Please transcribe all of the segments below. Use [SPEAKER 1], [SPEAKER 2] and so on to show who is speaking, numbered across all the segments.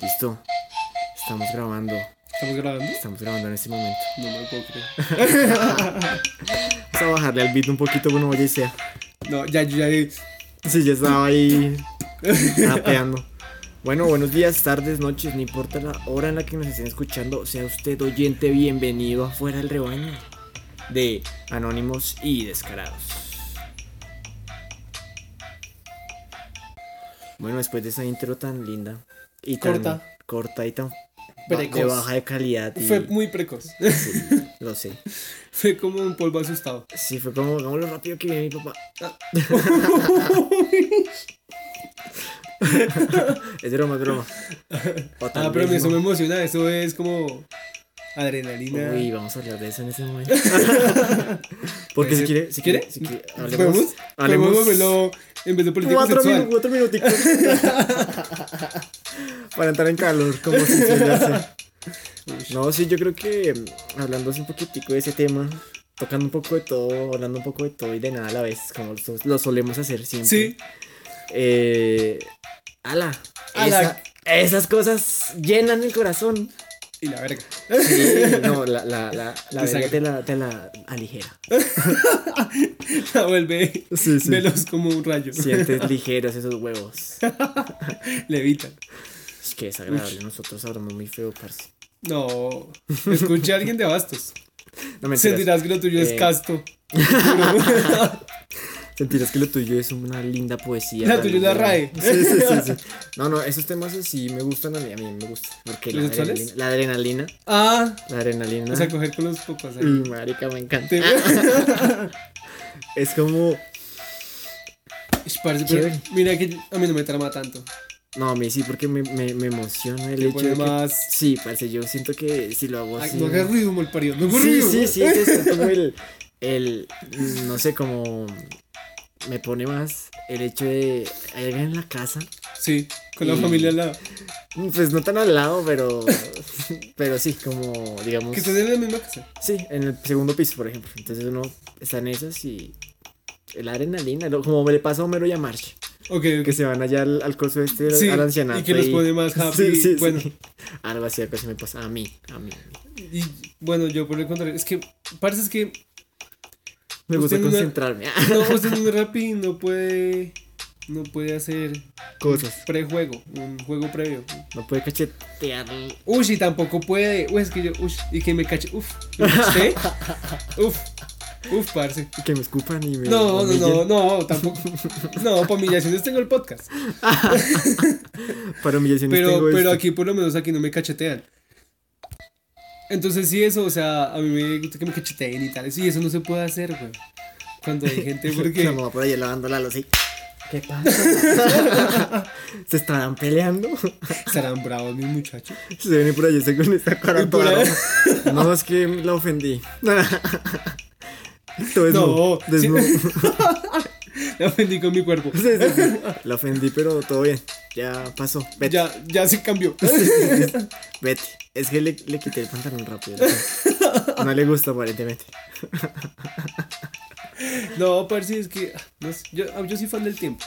[SPEAKER 1] Listo. Estamos grabando.
[SPEAKER 2] ¿Estamos grabando?
[SPEAKER 1] Estamos grabando en este momento.
[SPEAKER 2] No me lo puedo creer.
[SPEAKER 1] Vamos a bajarle al beat un poquito con oye sea.
[SPEAKER 2] No, ya, yo ya.
[SPEAKER 1] Sí, yo estaba ahí rapeando. Bueno, buenos días, tardes, noches, no importa la hora en la que nos estén escuchando, sea usted oyente bienvenido afuera del rebaño de Anónimos y Descarados. Bueno, después de esa intro tan linda y tan
[SPEAKER 2] Corta.
[SPEAKER 1] corta y tan ba- de
[SPEAKER 2] Precoz.
[SPEAKER 1] baja de calidad, y,
[SPEAKER 2] Fue muy precoz.
[SPEAKER 1] sí, lo sé.
[SPEAKER 2] Fue como un polvo asustado.
[SPEAKER 1] Sí, fue como, hagámoslo rápido que viene mi papá. Es broma, es broma. O
[SPEAKER 2] ah,
[SPEAKER 1] tal
[SPEAKER 2] pero
[SPEAKER 1] vez
[SPEAKER 2] eso me
[SPEAKER 1] no.
[SPEAKER 2] emociona. Eso es como. Adrenalina.
[SPEAKER 1] Uy, vamos a hablar de eso en ese momento. Porque
[SPEAKER 2] Puede
[SPEAKER 1] si
[SPEAKER 2] ser.
[SPEAKER 1] quiere, si quiere, si quiere, hablemos.
[SPEAKER 2] Eh, ¿Podemos? ¿Podemos volverlo en vez de político
[SPEAKER 1] cuatro,
[SPEAKER 2] sexual?
[SPEAKER 1] minu- cuatro minuticos. Para entrar en calor, como si se le hace. No, sí, yo creo que mm, hablando así un poquitico de ese tema, tocando un poco de todo, hablando un poco de todo y de nada a la vez, como so- lo solemos hacer siempre.
[SPEAKER 2] Sí.
[SPEAKER 1] Eh, ala.
[SPEAKER 2] Ala.
[SPEAKER 1] esa- esas cosas llenan el corazón.
[SPEAKER 2] Y la verga.
[SPEAKER 1] Sí, no, la, la, la, la verga
[SPEAKER 2] Te saca.
[SPEAKER 1] te la, te la aligera.
[SPEAKER 2] La vuelve
[SPEAKER 1] Sí, eh.
[SPEAKER 2] veloz como un rayo.
[SPEAKER 1] Sientes ligeros esos huevos.
[SPEAKER 2] Levita.
[SPEAKER 1] Es que desagradable. Nosotros hablamos muy feo, parce.
[SPEAKER 2] No. Escucha a alguien de bastos.
[SPEAKER 1] No mentiras.
[SPEAKER 2] Sentirás que lo tuyo es
[SPEAKER 1] Eh,
[SPEAKER 2] casto.
[SPEAKER 1] Sentirás que lo tuyo es una linda poesía.
[SPEAKER 2] La tuya es la
[SPEAKER 1] realmente.
[SPEAKER 2] RAE.
[SPEAKER 1] Sí, sí, sí, sí. No, no, esos temas sí me gustan a mí, a mí me gustan. Porque la
[SPEAKER 2] ¿Los sexuales?
[SPEAKER 1] adrenalina, la adrenalina,
[SPEAKER 2] Ah.
[SPEAKER 1] la adrenalina.
[SPEAKER 2] O sea, coger con los pocos.
[SPEAKER 1] Uy, marica, me encanta.
[SPEAKER 2] Te-
[SPEAKER 1] Es como,
[SPEAKER 2] Ish, parce, pero
[SPEAKER 1] Chévere.
[SPEAKER 2] mira que a mí no me trama tanto.
[SPEAKER 1] no, a mí sí, porque me, me, me emociona el
[SPEAKER 2] Le
[SPEAKER 1] hecho
[SPEAKER 2] pone
[SPEAKER 1] de que,
[SPEAKER 2] más.
[SPEAKER 1] sí, parce, yo siento que si lo hago
[SPEAKER 2] Ay,
[SPEAKER 1] así.
[SPEAKER 2] no hagas ruido, mal parido. No hagas
[SPEAKER 1] Sí,
[SPEAKER 2] ruido.
[SPEAKER 1] sí, sí, es es como el, el, no sé, como me pone más el hecho de hay alguien en la casa,
[SPEAKER 2] Sí, con la
[SPEAKER 1] Y-
[SPEAKER 2] familia al lado.
[SPEAKER 1] pues no tan al lado, pero, pero sí, como digamos,
[SPEAKER 2] Que estás en la misma casa.
[SPEAKER 1] sí, en el segundo piso, por ejemplo, entonces uno está en esas y la adrenalina, lo- como me le pasa a Homero y a March,
[SPEAKER 2] Ok, ok.
[SPEAKER 1] que se van allá al, al coso este, al-
[SPEAKER 2] Sí,
[SPEAKER 1] al ancianato.
[SPEAKER 2] y que los pone más happy,
[SPEAKER 1] Sí, sí, sí.
[SPEAKER 2] bueno.
[SPEAKER 1] Algo así, algo así me pasa a mí, a mí. a mí.
[SPEAKER 2] Y bueno, yo por el contrario. Es que parece que.
[SPEAKER 1] Me gusta
[SPEAKER 2] Usted no-
[SPEAKER 1] concentrarme. Ah,
[SPEAKER 2] No, usted en un rapi no puede. No puede hacer
[SPEAKER 1] Cosas.
[SPEAKER 2] prejuego, un juego previo.
[SPEAKER 1] No puede cachetear.
[SPEAKER 2] Uy, y tampoco puede. Uy, es que yo. Uy, y que me cache. Uf, me caché. Uf, uf, parce.
[SPEAKER 1] Que me escupan y me.
[SPEAKER 2] No, no,
[SPEAKER 1] humillen.
[SPEAKER 2] no, no, tampoco. No, para humillaciones tengo el podcast.
[SPEAKER 1] Para humillaciones
[SPEAKER 2] Pero,
[SPEAKER 1] tengo este?
[SPEAKER 2] pero
[SPEAKER 1] esto.
[SPEAKER 2] aquí por lo menos aquí no me cachetean. Entonces sí, eso, o sea, a mí me gusta que me cacheteen y tal. Sí, eso no se puede hacer, güey. Cuando hay gente,
[SPEAKER 1] La
[SPEAKER 2] porque...
[SPEAKER 1] mamá por ahí lavando la losa y, ¿Qué pasa? se estarán peleando.
[SPEAKER 2] Estarán bravos mis muchachos.
[SPEAKER 1] Se viene por allá ese con esta cara
[SPEAKER 2] Y por
[SPEAKER 1] toda
[SPEAKER 2] ahí-
[SPEAKER 1] roja. No, es que la ofendí. Todo es
[SPEAKER 2] No, sí.
[SPEAKER 1] desnudo. Sí,
[SPEAKER 2] La ofendí con mi cuerpo.
[SPEAKER 1] sí, sí. La ofendí, pero todo bien. Ya pasó. Vete.
[SPEAKER 2] Ya, ya se cambió.
[SPEAKER 1] Vete. Es que le, le quité el pantalón rápido. No le gusta aparentemente.
[SPEAKER 2] No, parce, es que... ah, no sé, yo, yo soy fan del tiempo.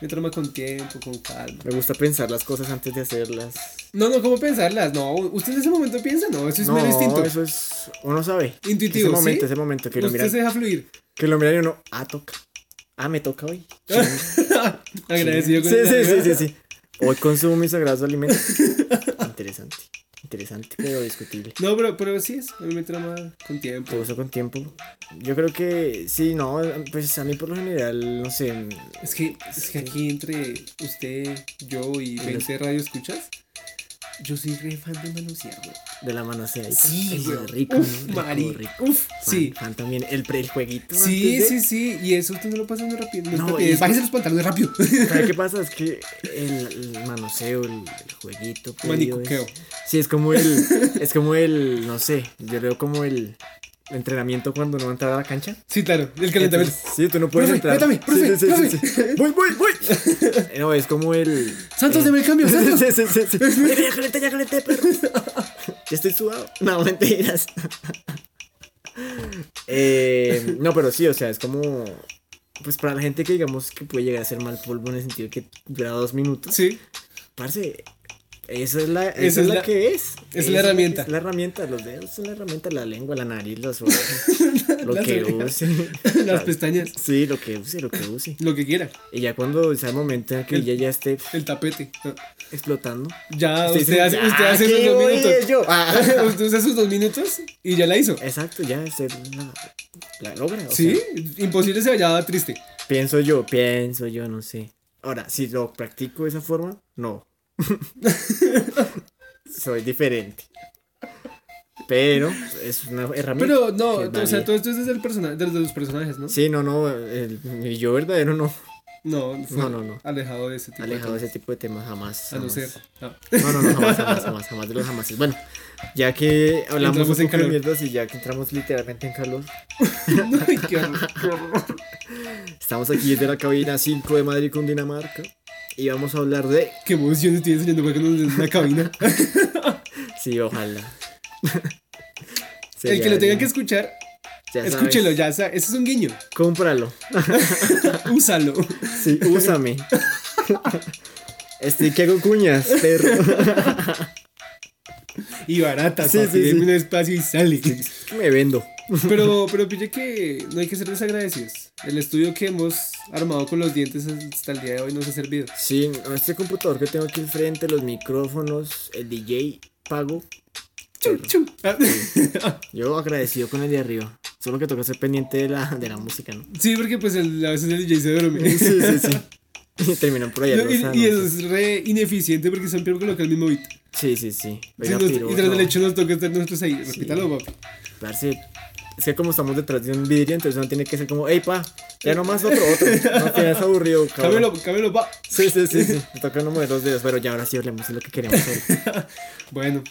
[SPEAKER 2] Me trama con tiempo, con calma.
[SPEAKER 1] Me gusta pensar las cosas antes de hacerlas.
[SPEAKER 2] No, no, ¿cómo pensarlas? No, usted en ese momento piensa, no, eso es
[SPEAKER 1] no,
[SPEAKER 2] mero instinto.
[SPEAKER 1] eso es. Uno sabe.
[SPEAKER 2] Intuitivo,
[SPEAKER 1] Ese momento,
[SPEAKER 2] ¿sí?
[SPEAKER 1] ese momento que lo
[SPEAKER 2] Usted
[SPEAKER 1] miran.
[SPEAKER 2] se deja fluir.
[SPEAKER 1] Que lo miran y uno. Ah, toca. Ah, me toca hoy.
[SPEAKER 2] Agradecido con
[SPEAKER 1] sí,
[SPEAKER 2] el
[SPEAKER 1] sí, sí,
[SPEAKER 2] amigo.
[SPEAKER 1] sí, sí. Hoy consumo mis sagrados alimentos. interesante. Interesante, pero discutible.
[SPEAKER 2] No, pero, pero sí es, a mí me trama con tiempo.
[SPEAKER 1] Todo eso con tiempo. Yo creo que sí, no. Pues a mí por lo general, no sé.
[SPEAKER 2] Es que, es que aquí entre usted, yo y
[SPEAKER 1] los-
[SPEAKER 2] 20 radio escuchas, yo soy re fan de manosear, güey.
[SPEAKER 1] De la mano sea.
[SPEAKER 2] güey.
[SPEAKER 1] rico. ¿no?
[SPEAKER 2] Uf,
[SPEAKER 1] rico,
[SPEAKER 2] mari.
[SPEAKER 1] rico.
[SPEAKER 2] Uf,
[SPEAKER 1] Fan,
[SPEAKER 2] sí.
[SPEAKER 1] fan también. El, pre, el jueguito.
[SPEAKER 2] Sí,
[SPEAKER 1] antes de-
[SPEAKER 2] sí, sí. Y eso usted no lo pasa muy rápido. No,
[SPEAKER 1] No,
[SPEAKER 2] porque
[SPEAKER 1] y-
[SPEAKER 2] Bájese los pantalones rápido.
[SPEAKER 1] ¿Sabes qué pasa? Es que el, el manoseo, el, el jueguito. previo es-
[SPEAKER 2] Manicoqueo.
[SPEAKER 1] Sí, es como el. Es como el. No sé. Yo veo como el entrenamiento cuando uno va a entrar a la cancha.
[SPEAKER 2] Sí, claro, el calentamiento.
[SPEAKER 1] Entonces, sí, tú no puedes
[SPEAKER 2] Profe,
[SPEAKER 1] entrar.
[SPEAKER 2] métame,
[SPEAKER 1] sí,
[SPEAKER 2] profe,
[SPEAKER 1] sí, sí, sí, sí. Voy, voy, voy. Eh, No, es como el.
[SPEAKER 2] Santos,
[SPEAKER 1] eh,
[SPEAKER 2] deme el cambio, Santos.
[SPEAKER 1] Sí, sí, sí. sí. Mira, ya calenté, ya calenté, perro. Ya estoy sudado. No, mentiras. Eh, no, pero sí, o sea, es como. Pues para la gente que digamos que puede llegar a ser mal polvo en el sentido que dura dos minutos.
[SPEAKER 2] Sí.
[SPEAKER 1] Parce, Esa es la, esa
[SPEAKER 2] Esa
[SPEAKER 1] es
[SPEAKER 2] es
[SPEAKER 1] la,
[SPEAKER 2] la-
[SPEAKER 1] que es.
[SPEAKER 2] es la herramienta.
[SPEAKER 1] Es la herramienta, los dedos es la herramienta, la lengua, la nariz, las orejas. lo
[SPEAKER 2] Las
[SPEAKER 1] que
[SPEAKER 2] orejas.
[SPEAKER 1] use.
[SPEAKER 2] Las pestañas.
[SPEAKER 1] Sí, lo que use, lo que use.
[SPEAKER 2] Lo que quiera.
[SPEAKER 1] Y ya cuando sea el momento en el que
[SPEAKER 2] El-
[SPEAKER 1] ella ya esté
[SPEAKER 2] El tapete.
[SPEAKER 1] explotando.
[SPEAKER 2] Ya,
[SPEAKER 1] Sí,
[SPEAKER 2] usted
[SPEAKER 1] sí.
[SPEAKER 2] hace, usted
[SPEAKER 1] Ah,
[SPEAKER 2] hace
[SPEAKER 1] ¿qué
[SPEAKER 2] esos dos
[SPEAKER 1] voy
[SPEAKER 2] minutos.
[SPEAKER 1] yo? Ah.
[SPEAKER 2] usted hace esos dos minutos y ya la hizo.
[SPEAKER 1] Exacto, ya se la, la logra. o
[SPEAKER 2] Sí,
[SPEAKER 1] sea,
[SPEAKER 2] imposible se vaya triste.
[SPEAKER 1] pienso yo, pienso yo, no sé. Ahora, si lo practico de esa forma, no. Soy diferente. Pero es una herramienta.
[SPEAKER 2] Pero no,
[SPEAKER 1] que es
[SPEAKER 2] o
[SPEAKER 1] válida.
[SPEAKER 2] sea, todo esto es desde, el persona- desde los personajes, ¿no?
[SPEAKER 1] Sí, no, no, el, mi yo verdadero no.
[SPEAKER 2] No, fue
[SPEAKER 1] No, no, no.
[SPEAKER 2] Alejado de ese tipo.
[SPEAKER 1] Alejado de
[SPEAKER 2] de
[SPEAKER 1] ese tipo de temas jamás.
[SPEAKER 2] cosas. A no
[SPEAKER 1] jamás.
[SPEAKER 2] ser. no.
[SPEAKER 1] No, no, no, jamás, jamás, jamás, jamás de los jamases. Bueno, ya que hablamos
[SPEAKER 2] Entramos
[SPEAKER 1] un poco
[SPEAKER 2] en
[SPEAKER 1] de
[SPEAKER 2] calor.
[SPEAKER 1] mierdas y ya que entramos literalmente en calor,
[SPEAKER 2] Ay, qué horror, qué horror.
[SPEAKER 1] estamos aquí desde la cabina 5 de Madrid, Cundinamarca. Y vamos a hablar de.
[SPEAKER 2] Qué emoción estoy enseñando para que nos den una cabina.
[SPEAKER 1] Sí, ojalá.
[SPEAKER 2] el que
[SPEAKER 1] Sería
[SPEAKER 2] lo tenga
[SPEAKER 1] algo-
[SPEAKER 2] que escuchar,
[SPEAKER 1] ya sabes,
[SPEAKER 2] escúchelo, ya sa- Eso es un guiño.
[SPEAKER 1] Cómpralo.
[SPEAKER 2] Úsalo.
[SPEAKER 1] Sí, úsame. Estoy que hago cuñas, perro.
[SPEAKER 2] Y barata,
[SPEAKER 1] Sí,
[SPEAKER 2] sí,
[SPEAKER 1] sí, sí.
[SPEAKER 2] un espacio y sale.
[SPEAKER 1] Me vendo.
[SPEAKER 2] Pero, pero pille que no hay que ser desagradecidos. El estudio que hemos armado con los dientes hasta el día de hoy nos ha servido.
[SPEAKER 1] Sí, no, este computador que tengo aquí enfrente, los micrófonos, el DJ, pago.
[SPEAKER 2] Chu, chu. Ah,
[SPEAKER 1] Yo agradecido con el de arriba. Solo que toca ser pendiente de la, de la música, ¿no?
[SPEAKER 2] Sí, porque pues el- a veces el DJ se duerme.
[SPEAKER 1] Sí, sí, sí. Y terminan por allá. los
[SPEAKER 2] Y, y eso
[SPEAKER 1] anuncios.
[SPEAKER 2] es re ineficiente porque siempre coloca el mismo beat.
[SPEAKER 1] Sí, sí, sí.
[SPEAKER 2] Si
[SPEAKER 1] Oiga,
[SPEAKER 2] nos-
[SPEAKER 1] pero
[SPEAKER 2] y tras
[SPEAKER 1] no,
[SPEAKER 2] del hecho nos toca estar nosotros ahí. Repítalo, papi.
[SPEAKER 1] parce, Es que como estamos detrás de un vidrio, entonces uno tiene que ser como, ¡Ey, pa! Ya nomás otro, otro. No tienes aburrido, cabrón.
[SPEAKER 2] Cámelo, cámelo, pa.
[SPEAKER 1] Sí, sí, sí, sí. Me toca no mover los dedos, pero ya ahora sí hablemos de lo que queremos ahorita.
[SPEAKER 2] Bueno,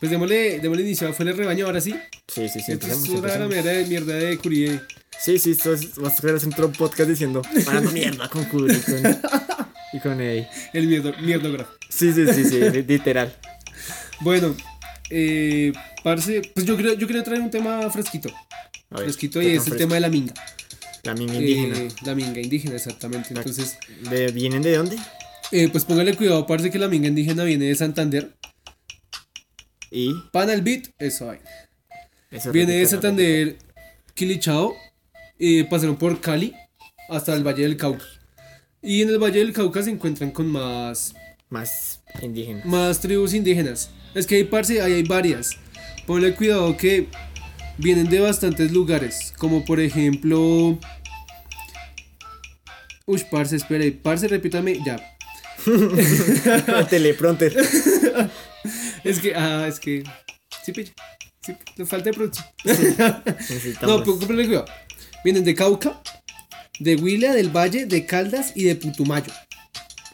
[SPEAKER 2] pues démosle, démosle inicio. Fue el rebaño ahora sí.
[SPEAKER 1] Sí, sí, sí.
[SPEAKER 2] Esto es
[SPEAKER 1] empecemos,
[SPEAKER 2] una
[SPEAKER 1] empecemos.
[SPEAKER 2] mierda de, mierda de Curie.
[SPEAKER 1] Sí, sí, esto es, vas a crear centro un podcast diciendo, parando mierda con Kubrick con- y con Eddie.
[SPEAKER 2] El mierdo, mierdógrafo.
[SPEAKER 1] Sí, sí, sí, sí, li- literal.
[SPEAKER 2] Bueno, eh, parce, pues yo creo, yo quería traer un tema fresquito.
[SPEAKER 1] A ver,
[SPEAKER 2] fresquito
[SPEAKER 1] ¿qué
[SPEAKER 2] y
[SPEAKER 1] tan
[SPEAKER 2] es el
[SPEAKER 1] fresco?
[SPEAKER 2] tema de la minga.
[SPEAKER 1] La minga
[SPEAKER 2] Eh,
[SPEAKER 1] indígena.
[SPEAKER 2] la minga indígena, exactamente.
[SPEAKER 1] La-
[SPEAKER 2] Entonces,
[SPEAKER 1] ¿De- ¿Vienen de dónde?
[SPEAKER 2] eh, pues póngale cuidado, parce, que la minga indígena viene de Santander.
[SPEAKER 1] Y
[SPEAKER 2] Pan al beat, eso ahí.
[SPEAKER 1] eso es
[SPEAKER 2] Viene de
[SPEAKER 1] rico, rico.
[SPEAKER 2] Santander, Quilichao, eh, pasaron por Cali hasta el Valle del Cauca. Y en el Valle del Cauca se encuentran con más,
[SPEAKER 1] Más indígena.
[SPEAKER 2] más tribus indígenas. Es que hay parce, ahí hay varias. Ponle cuidado que vienen de bastantes lugares, como por ejemplo... Uy, parce, espere, parce, repítame, ya.
[SPEAKER 1] El teleprompter.
[SPEAKER 2] Es que, ah, es que... Sí, pilla. Sí, falta de producción. No,
[SPEAKER 1] Necesitamos.
[SPEAKER 2] pero ponle cuidado. Vienen de Cauca, de Huila, del Valle, de Caldas y de Putumayo.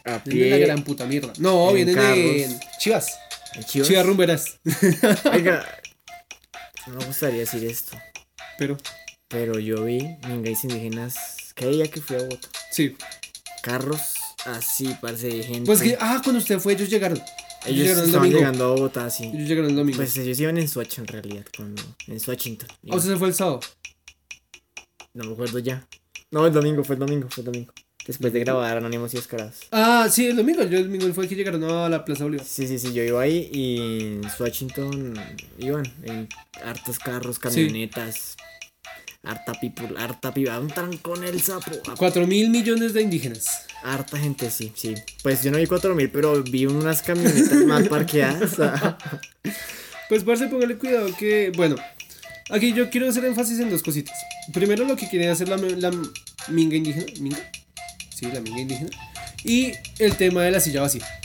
[SPEAKER 1] a
[SPEAKER 2] Vienen de
[SPEAKER 1] pie,
[SPEAKER 2] la gran puta mierda. No,
[SPEAKER 1] en
[SPEAKER 2] vienen de
[SPEAKER 1] carros.
[SPEAKER 2] Chivas.
[SPEAKER 1] en Chivas.
[SPEAKER 2] Chivas rumberas.
[SPEAKER 1] Oiga, no me gustaría decir esto,
[SPEAKER 2] Pero,
[SPEAKER 1] pero yo vi mingais indígenas que día que fui a Bogotá.
[SPEAKER 2] sí.
[SPEAKER 1] Carros así, parce de gente.
[SPEAKER 2] Pues que, ah, cuando usted fue, ellos llegaron.
[SPEAKER 1] Ellos
[SPEAKER 2] llegaron el
[SPEAKER 1] estaban
[SPEAKER 2] domingo.
[SPEAKER 1] llegando a Bogotá así.
[SPEAKER 2] Ellos llegaron el domingo.
[SPEAKER 1] Pues ellos iban en Soacha en realidad, cuando, en Soachington.
[SPEAKER 2] Ah, o sea, se fue el sábado.
[SPEAKER 1] No me acuerdo ya. No, el domingo, fue el domingo, fue el domingo. Después de grabar Anónimos y Escarados.
[SPEAKER 2] Ah, sí, el domingo. Yo el domingo fue que llegaron a la Plaza Bolívar.
[SPEAKER 1] Sí, sí, sí, yo iba ahí y en Soachington iban en hartos carros, camionetas, harta people, harta piba, un trancón el sapo.
[SPEAKER 2] Cuatro mil millones de indígenas.
[SPEAKER 1] Harta gente, sí, sí. Pues yo no vi 4000, pero vi unas camionetas mal parqueadas. ah.
[SPEAKER 2] Pues, parce, póngale cuidado que, bueno, aquí yo quiero hacer énfasis en dos cositas. Primero, lo que quería hacer la, la minga indígena. ¿Minga? Sí, la minga indígena. Y el tema de la silla vacía.
[SPEAKER 1] Así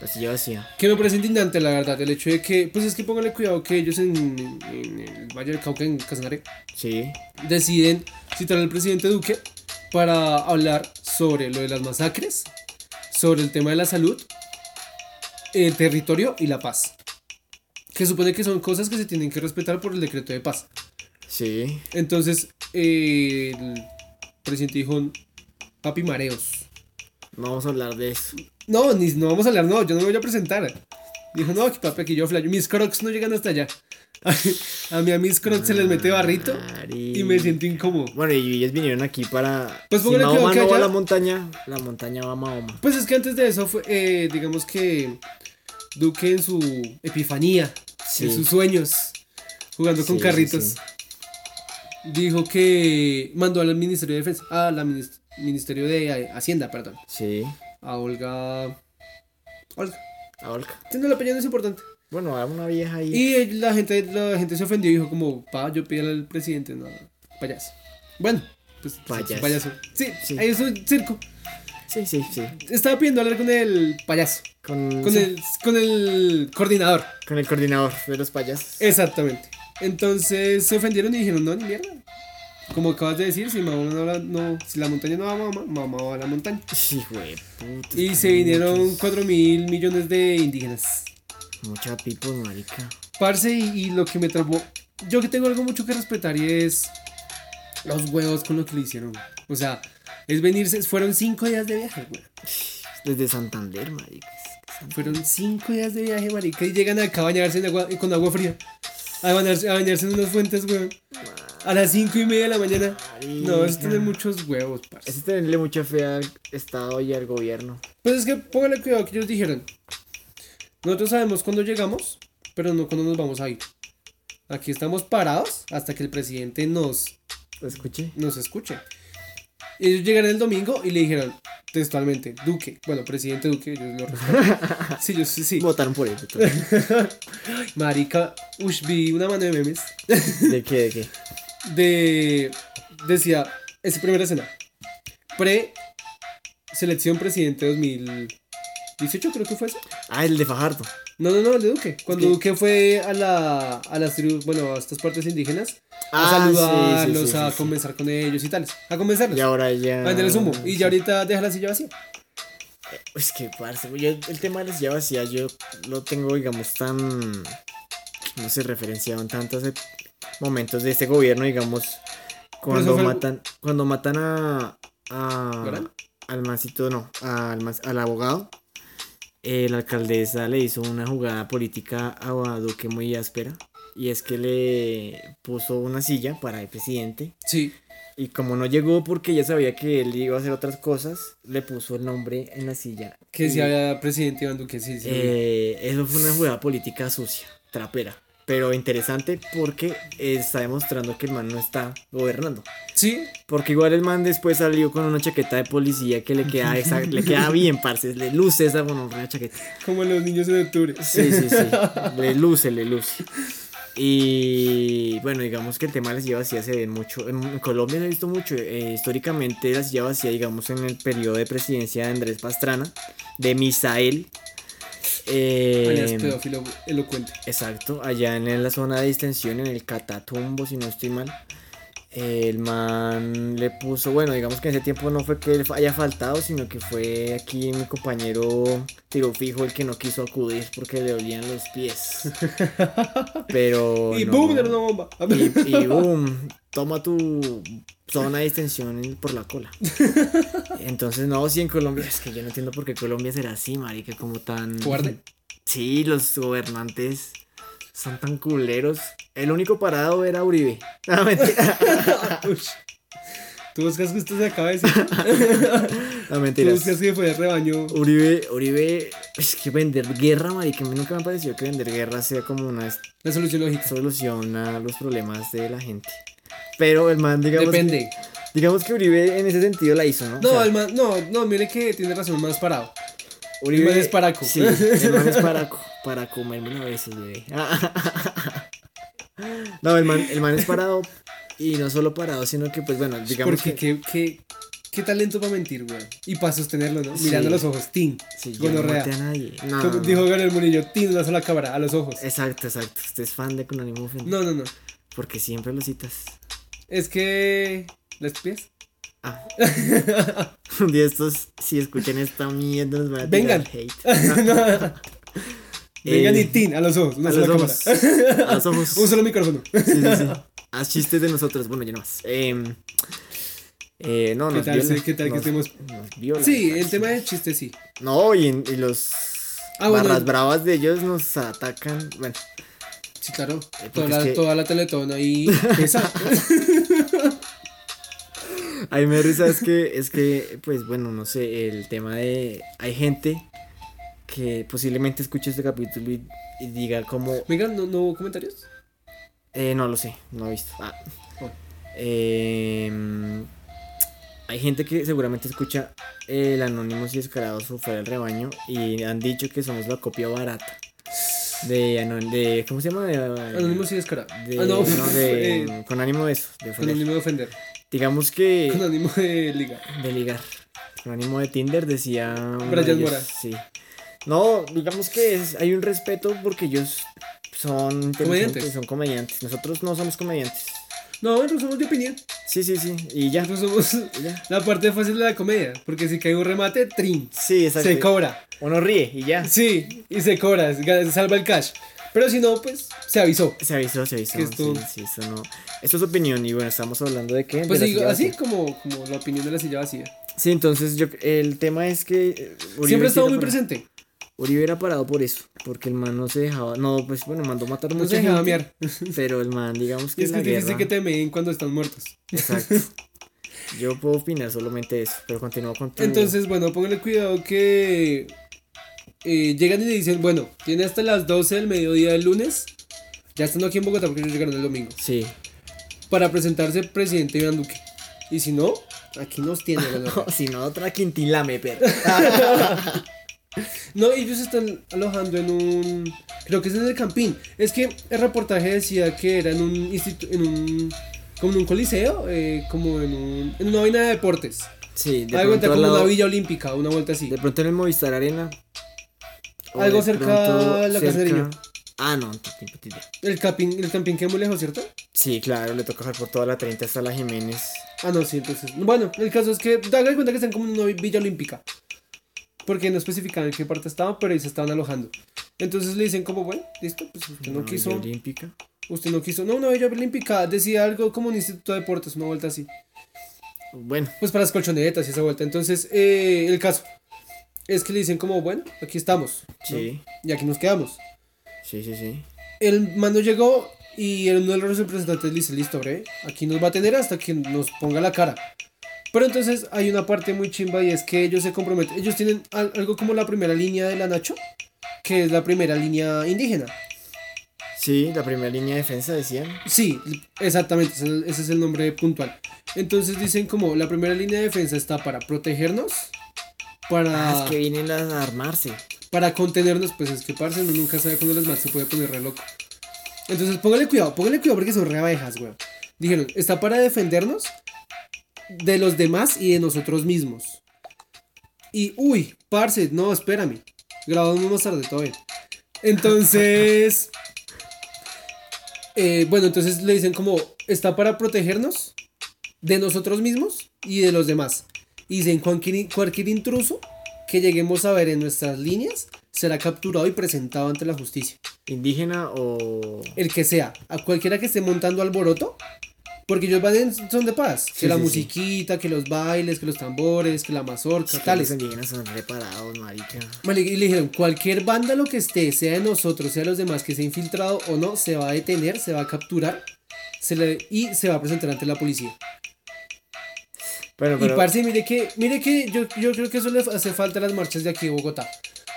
[SPEAKER 1] Pues yo decía.
[SPEAKER 2] Que me parece indignante, la verdad, el hecho de que, pues es que póngale cuidado que ellos en, en el Valle del Cauca, en Casanare,
[SPEAKER 1] Sí,
[SPEAKER 2] deciden citar al presidente Duque para hablar sobre lo de las masacres, sobre el tema de la salud, el territorio y la paz. Que supone que son cosas que se tienen que respetar por el decreto de paz.
[SPEAKER 1] sí.
[SPEAKER 2] Entonces, eh, el presidente dijo, papi mareos.
[SPEAKER 1] No vamos a hablar de eso.
[SPEAKER 2] No, ni, no vamos a hablar, no, yo no me voy a presentar. Dijo, no, que papi, aquí yo flayo. Mis crocs no llegan hasta allá. A mí a mis crocs se les mete barrito y me siento incómodo.
[SPEAKER 1] Bueno, y ellos vinieron aquí para.
[SPEAKER 2] Pues
[SPEAKER 1] si
[SPEAKER 2] póngale cuidado
[SPEAKER 1] Mahoma
[SPEAKER 2] que
[SPEAKER 1] no va a
[SPEAKER 2] allá-
[SPEAKER 1] la montaña, la montaña va a Mahoma.
[SPEAKER 2] Pues es que antes de eso fue, eh, digamos que Duque en su epifanía,
[SPEAKER 1] Sí.
[SPEAKER 2] en sus sueños, jugando con
[SPEAKER 1] Sí, sí,
[SPEAKER 2] carritos.
[SPEAKER 1] sí.
[SPEAKER 2] Dijo que mandó al Ministerio de Defensa, a la minis- Ministerio de eh, Hacienda, perdón,
[SPEAKER 1] Sí.
[SPEAKER 2] a Olga. Olga,
[SPEAKER 1] A Olga.
[SPEAKER 2] tiene la opinión es importante.
[SPEAKER 1] Bueno, a una vieja ahí.
[SPEAKER 2] Y el- la gente, la gente se ofendió y dijo como, pa, yo pedí al presidente, no, payaso. Bueno, pues sí,
[SPEAKER 1] Payaso.
[SPEAKER 2] es un payaso. Sí,
[SPEAKER 1] Sí.
[SPEAKER 2] ahí es un circo.
[SPEAKER 1] Sí, sí, sí.
[SPEAKER 2] Estaba pidiendo hablar con el payaso,
[SPEAKER 1] Con,
[SPEAKER 2] con
[SPEAKER 1] sí,
[SPEAKER 2] el, con el coordinador.
[SPEAKER 1] con el coordinador de los payasos.
[SPEAKER 2] Exactamente. Entonces se ofendieron y dijeron, no, ni mierda. Como acabas de decir, si, mamá no la, no, si la montaña no va a mamá, mamá va a la montaña.
[SPEAKER 1] Sí, güey. puta,
[SPEAKER 2] Y
[SPEAKER 1] están
[SPEAKER 2] se vinieron
[SPEAKER 1] muchos-
[SPEAKER 2] 4 mil millones de indígenas.
[SPEAKER 1] Mucha pipo, marica.
[SPEAKER 2] Parce, y, y lo que me trabó. Yo que tengo algo mucho que respetar y es los huevos con lo que le hicieron. O sea, es venirse. Fueron cinco días de viaje, güey.
[SPEAKER 1] Desde Santander, marica.
[SPEAKER 2] Fueron cinco días de viaje, marica. Y llegan acá a bañarse en agua, eh, con agua fría. A bañarse, a bañarse en unas fuentes, güey. A las cinco y media de la mañana. No, es tener muchos huevos, parce.
[SPEAKER 1] Es tenerle mucha fe al Estado y al gobierno.
[SPEAKER 2] Pues es que póngale cuidado que ellos dijeron. Nosotros sabemos cuándo llegamos, pero no cuándo nos vamos a ir. Aquí estamos parados hasta que el presidente nos
[SPEAKER 1] ¿Lo escuché?
[SPEAKER 2] nos escuche. Ellos llegaron el domingo y le dijeron textualmente, Duque, bueno, presidente Duque, yo lo respeto. Sí, yo sí, sí.
[SPEAKER 1] Votaron por él. entonces.
[SPEAKER 2] Marica, ush, vi una mano de memes
[SPEAKER 1] ¿De qué? ¿De qué?
[SPEAKER 2] de, decía, es primera escena, pre selección presidente 2018, creo que fue eso.
[SPEAKER 1] Ah, el de Fajardo.
[SPEAKER 2] No, no, no, el de Duque. Cuando
[SPEAKER 1] Ok.
[SPEAKER 2] Duque fue a, la, a las tribus, bueno, a estas partes indígenas, a
[SPEAKER 1] Ah, sí, sí,
[SPEAKER 2] saludarlos,
[SPEAKER 1] sí,
[SPEAKER 2] a
[SPEAKER 1] sí.
[SPEAKER 2] conversar con ellos y tales, a conversarlos.
[SPEAKER 1] Y ahora ya.
[SPEAKER 2] a venderles humo. Y ya ahorita deja la silla vacía.
[SPEAKER 1] Es Pues que, parce, güey, yo el tema de las llaves ya yo lo tengo, digamos, tan. No se referenciaban tanto hace momentos de este gobierno, digamos. Cuando
[SPEAKER 2] fue el-
[SPEAKER 1] matan, cuando matan a. a
[SPEAKER 2] ¿Gorán?
[SPEAKER 1] al mancito, no, al, mas- al abogado. eh, la alcaldesa le hizo una jugada política a Duque muy áspera. Y es que le puso una silla para el presidente.
[SPEAKER 2] Sí.
[SPEAKER 1] Y como no llegó porque ya sabía que él iba a hacer otras cosas, le puso el nombre en la silla.
[SPEAKER 2] Que
[SPEAKER 1] Y,
[SPEAKER 2] decía presidente Iván Duque, sí, sí.
[SPEAKER 1] eh, eso fue una jugada política sucia, trapera. Pero interesante porque eh, está demostrando que el man no está gobernando.
[SPEAKER 2] sí,
[SPEAKER 1] Porque igual el man después salió con una chaqueta de policía que le queda, esa- le queda bien, parce. Le luce esa gonorrea chaqueta.
[SPEAKER 2] como los niños en octubre.
[SPEAKER 1] Sí, sí, sí. Le luce, le luce. Y bueno, digamos que el tema de la silla vacía se ve mucho. En Colombia se ha visto mucho. eh, históricamente, la silla vacía, digamos, en el periodo de presidencia de Andrés Pastrana, de Misael. eh,
[SPEAKER 2] Alias pedófilo elocuente.
[SPEAKER 1] exacto, allá en la zona de distensión, en el Catatumbo, si no estoy mal. El man le puso, bueno, digamos que en ese tiempo no fue que él haya faltado, sino que fue aquí mi compañero tiro fijo el que no quiso acudir porque le dolían los pies. Pero.
[SPEAKER 2] y
[SPEAKER 1] Oh, no.
[SPEAKER 2] boom, era una bomba.
[SPEAKER 1] Y, y boom, toma tu zona de distensión en- por la cola. Entonces, no, si en Colombia, es que yo no entiendo por qué Colombia será así, marica, como tan.
[SPEAKER 2] Cobarde.
[SPEAKER 1] Sí, los gobernantes son tan culeros. El único parado era Uribe. No, mentira.
[SPEAKER 2] Ush. Tú buscas que esto se acaba de decir.
[SPEAKER 1] No,
[SPEAKER 2] Tú
[SPEAKER 1] mentiras.
[SPEAKER 2] buscas que fue el rebaño.
[SPEAKER 1] Uribe, Uribe, es que vender guerra, marica, a mí nunca me ha parecido que vender guerra sea como una
[SPEAKER 2] La solución lógica.
[SPEAKER 1] solución a los problemas de la gente. Pero el man, digamos,
[SPEAKER 2] Depende.
[SPEAKER 1] digamos que Uribe en ese sentido la hizo, ¿no? O
[SPEAKER 2] No,
[SPEAKER 1] sea,
[SPEAKER 2] el man- no, no, mire que tiene razón, más parado.
[SPEAKER 1] Uribe
[SPEAKER 2] el man es paraco.
[SPEAKER 1] Sí, el man es paraco. Para comerme a veces, bebé. No, el man, el man es parado. Y no solo parado, sino que, pues bueno, digamos
[SPEAKER 2] Porque
[SPEAKER 1] que.
[SPEAKER 2] qué, qué, qué talento para mentir, güey. Y para sostenerlo, ¿no? Mirando
[SPEAKER 1] Sí. Ah.
[SPEAKER 2] a los ojos, Tim.
[SPEAKER 1] Sí, yo no
[SPEAKER 2] gonorrea.
[SPEAKER 1] maté a nadie. No,
[SPEAKER 2] Como
[SPEAKER 1] no,
[SPEAKER 2] Dijo
[SPEAKER 1] no.
[SPEAKER 2] Gabriel Murillo, Tim, una sola cámara, a los ojos.
[SPEAKER 1] Exacto, exacto. Usted es fan de con ánimo ofendido.
[SPEAKER 2] No, no, no.
[SPEAKER 1] Porque siempre lo citas.
[SPEAKER 2] Es que. ¿La espías?
[SPEAKER 1] Ah. Un día estos, si escuchan esta mierda, nos van a
[SPEAKER 2] Vengan.
[SPEAKER 1] tirar hate. Ah,
[SPEAKER 2] Vengan
[SPEAKER 1] Eh,
[SPEAKER 2] y tin, a los ojos, una
[SPEAKER 1] A
[SPEAKER 2] sola
[SPEAKER 1] los
[SPEAKER 2] cámara.
[SPEAKER 1] ojos. A los ojos.
[SPEAKER 2] Un solo micrófono.
[SPEAKER 1] Sí, sí, sí. Haz chistes de nosotros. Bueno, ya no más. Eh, eh, no,
[SPEAKER 2] ¿Qué
[SPEAKER 1] nos
[SPEAKER 2] tal,
[SPEAKER 1] violan,
[SPEAKER 2] qué tal que
[SPEAKER 1] nos-
[SPEAKER 2] estemos?
[SPEAKER 1] nos violan,
[SPEAKER 2] Sí,
[SPEAKER 1] parce.
[SPEAKER 2] el tema del chiste sí.
[SPEAKER 1] No, y, en- y los.
[SPEAKER 2] Ah, bueno.
[SPEAKER 1] Barras bravas de ellos nos atacan. Bueno,
[SPEAKER 2] Sí, claro.
[SPEAKER 1] Eh, porque
[SPEAKER 2] Toda
[SPEAKER 1] es
[SPEAKER 2] la,
[SPEAKER 1] que-
[SPEAKER 2] toda la teletón ahí pesa.
[SPEAKER 1] a mí me da risa es que, es que, pues bueno, no sé, el tema de. Hay gente que posiblemente escuche este capítulo y, y diga como...
[SPEAKER 2] Venga, ¿no, no hubo comentarios?
[SPEAKER 1] eh, no lo sé, no he visto. Ah.
[SPEAKER 2] Oh.
[SPEAKER 1] Em, hay gente que seguramente escucha el Anónimos y Descarados o Fuera del Rebaño y han dicho que somos la copia barata. De, Anon- de ¿Cómo se llama? De,
[SPEAKER 2] Anónimos y descarado.
[SPEAKER 1] Eh, de-
[SPEAKER 2] ah, no,
[SPEAKER 1] no, de-
[SPEAKER 2] eh,
[SPEAKER 1] con ánimo de eso. de
[SPEAKER 2] con
[SPEAKER 1] ofender.
[SPEAKER 2] ánimo de ofender.
[SPEAKER 1] Digamos que...
[SPEAKER 2] Con ánimo de liga.
[SPEAKER 1] De ligar. Con ánimo de Tinder decía. uno
[SPEAKER 2] Brian
[SPEAKER 1] de ellos,
[SPEAKER 2] Mora.
[SPEAKER 1] Sí. No, digamos que es- hay un respeto porque ellos son
[SPEAKER 2] Comediantes.
[SPEAKER 1] comediantes. Son comediantes. Nosotros no somos comediantes.
[SPEAKER 2] No, nosotros somos de opinión.
[SPEAKER 1] Sí, sí, sí. Y ya.
[SPEAKER 2] Nosotros somos
[SPEAKER 1] y ya.
[SPEAKER 2] la parte fácil de la comedia. Porque si cae un remate, trin.
[SPEAKER 1] Sí, exacto.
[SPEAKER 2] Se cobra.
[SPEAKER 1] Uno ríe y ya.
[SPEAKER 2] Sí, y se cobra. se Salva el cash. Pero si no, pues se avisó.
[SPEAKER 1] Se avisó, se avisó.
[SPEAKER 2] Que esto-
[SPEAKER 1] Sí, sí, eso no. Esto es opinión y bueno, estamos hablando de qué.
[SPEAKER 2] Pues
[SPEAKER 1] De la
[SPEAKER 2] digo,
[SPEAKER 1] silla
[SPEAKER 2] así
[SPEAKER 1] vacía.
[SPEAKER 2] como, como la opinión de la silla vacía.
[SPEAKER 1] Sí, entonces yo, el tema es que. eh, Uribe
[SPEAKER 2] Siempre ha
[SPEAKER 1] sí era
[SPEAKER 2] estado muy
[SPEAKER 1] para-
[SPEAKER 2] presente.
[SPEAKER 1] Uribe era parado por eso, porque el man no se dejaba, no, pues bueno, mandó matar
[SPEAKER 2] No se
[SPEAKER 1] mucha
[SPEAKER 2] dejaba
[SPEAKER 1] gente,
[SPEAKER 2] mear.
[SPEAKER 1] pero el man, digamos que
[SPEAKER 2] Y es
[SPEAKER 1] la
[SPEAKER 2] que dijiste
[SPEAKER 1] guerra-
[SPEAKER 2] que te meen cuando están muertos.
[SPEAKER 1] Exacto. Yo puedo opinar solamente eso, pero continúo con tu-
[SPEAKER 2] Entonces, bueno, pónganle cuidado que eh, llegan y le dicen, bueno, tiene hasta las 12 del mediodía del lunes, ya están aquí en Bogotá porque ellos llegaron el domingo,
[SPEAKER 1] Sí.
[SPEAKER 2] para presentarse presidente Iván Duque. Y si no, aquí nos tiene. bueno.
[SPEAKER 1] si no, otra quintilame, perro.
[SPEAKER 2] no, ellos están alojando en un... Creo que es en el Campín. Es que el reportaje decía que era en un instituto, en un... Como en un coliseo, eh, como en, un, en una vaina de deportes.
[SPEAKER 1] Sí, de
[SPEAKER 2] Algo
[SPEAKER 1] pronto,
[SPEAKER 2] como
[SPEAKER 1] al
[SPEAKER 2] una
[SPEAKER 1] lado-
[SPEAKER 2] villa olímpica, una vuelta así.
[SPEAKER 1] de pronto en el Movistar Arena. o
[SPEAKER 2] Algo
[SPEAKER 1] de
[SPEAKER 2] cerca a la casa de Nariño.
[SPEAKER 1] Ah, no, ti- ti- ti- ti.
[SPEAKER 2] El, campín, el campín queda muy lejos, ¿cierto?
[SPEAKER 1] Sí, claro, le toca bajar por toda la 30 hasta la Jiménez.
[SPEAKER 2] Ah, no, sí, entonces. Bueno, el caso es que hagan cuenta que están como en una villa olímpica. Porque no especificaban en qué parte estaban, pero ahí se estaban alojando. Entonces le dicen como, bueno, listo, pues usted no
[SPEAKER 1] Una
[SPEAKER 2] quiso,
[SPEAKER 1] Villa Olímpica.
[SPEAKER 2] usted no quiso. No, una villa olímpica, decía algo como un instituto de deportes, una vuelta así.
[SPEAKER 1] Bueno,
[SPEAKER 2] Pues para las colchonetas y esa vuelta. Entonces, eh, el caso es que le dicen como, bueno, aquí estamos. ¿no?
[SPEAKER 1] sí,
[SPEAKER 2] Y aquí nos quedamos.
[SPEAKER 1] sí, sí, sí.
[SPEAKER 2] El mando llegó y el uno de los representantes le dice, listo, bre, aquí nos va a tener hasta que nos ponga la cara. Pero entonces hay una parte muy chimba y es que ellos se comprometen. Ellos tienen al- algo como la primera línea de la Nacho, que es la primera línea indígena.
[SPEAKER 1] Sí, la primera línea de defensa decían.
[SPEAKER 2] Sí, exactamente, ese es el- ese es el nombre puntual. Entonces dicen como la primera línea de defensa está para protegernos,
[SPEAKER 1] Ah,
[SPEAKER 2] para,
[SPEAKER 1] es que vienen las a armarse.
[SPEAKER 2] para contenernos, pues es que parce, uno nunca sabe cuándo las más se puede poner re loco. Entonces póngale cuidado, póngale cuidado porque son re abejas, güey. Dijeron, está para defendernos de los demás y de nosotros mismos. Y uy, parce, no, espérame. Grabamos más tarde, todo bien. Entonces. eh, bueno, entonces le dicen como, está para protegernos de nosotros mismos y de los demás. Y dicen, cualquier, cualquier intruso que lleguemos a ver en nuestras líneas será capturado y presentado ante la justicia.
[SPEAKER 1] Indígena o.
[SPEAKER 2] El que sea, a cualquiera que esté montando alboroto, porque ellos van en son de paz. Que
[SPEAKER 1] Sí,
[SPEAKER 2] la
[SPEAKER 1] sí, sí.
[SPEAKER 2] musiquita, que los bailes, que los tambores, que la mazorca,
[SPEAKER 1] Es que
[SPEAKER 2] tales.
[SPEAKER 1] Los indígenas son reparados, marica.
[SPEAKER 2] Vale, y le dijeron, cualquier vándalo que esté, sea de nosotros, sea de los demás, que sea infiltrado o no, se va a detener, se va a capturar se le- y se va a presentar ante la policía.
[SPEAKER 1] Bueno,
[SPEAKER 2] Y
[SPEAKER 1] pero.
[SPEAKER 2] parce, mire que, mire que yo, yo creo que eso le hace falta a las marchas de aquí de Bogotá.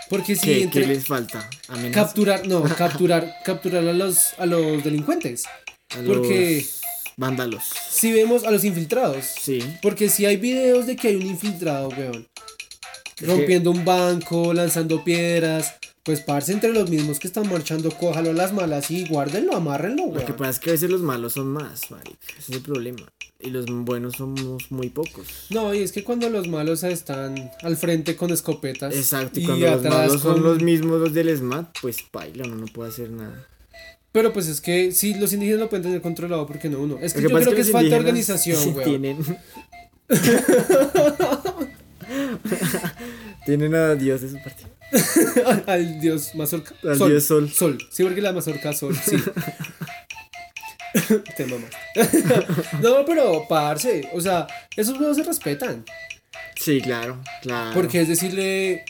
[SPEAKER 2] Porque si
[SPEAKER 1] ¿Qué,
[SPEAKER 2] entre-
[SPEAKER 1] qué les falta? Amenazas.
[SPEAKER 2] capturar, no, capturar, capturar a los, a los delincuentes.
[SPEAKER 1] A
[SPEAKER 2] porque-
[SPEAKER 1] los vándalos.
[SPEAKER 2] Si vemos a los infiltrados.
[SPEAKER 1] Sí.
[SPEAKER 2] Porque si hay videos de que hay un infiltrado, weón. Rompiendo un banco, lanzando piedras. Pues parce entre los mismos que están marchando, cójalo a las malas y guárdenlo, amárrenlo,
[SPEAKER 1] Lo que
[SPEAKER 2] weón.
[SPEAKER 1] pasa es que a veces los malos son más, marica. Ese es el problema. Y los buenos somos muy pocos.
[SPEAKER 2] No, y es que cuando los malos están al frente con escopetas.
[SPEAKER 1] Exacto, y cuando los
[SPEAKER 2] atrás
[SPEAKER 1] malos son
[SPEAKER 2] con-
[SPEAKER 1] los mismos los del SMAT, pues paila, uno no puede hacer nada.
[SPEAKER 2] Pero pues es que sí, los indígenas lo pueden tener controlado, ¿por qué no uno? Es que,
[SPEAKER 1] Lo
[SPEAKER 2] yo creo que
[SPEAKER 1] los
[SPEAKER 2] es falta
[SPEAKER 1] indígenas
[SPEAKER 2] de organización, weón.
[SPEAKER 1] Tienen. tienen a Dios de su partido.
[SPEAKER 2] Al dios mazorca.
[SPEAKER 1] Al dios sol.
[SPEAKER 2] Sol. Sí, porque la mazorca sol, sí. Te mamas. no, pero parce, o sea, esos juegos se respetan.
[SPEAKER 1] Sí, claro, claro.
[SPEAKER 2] Porque es decirle,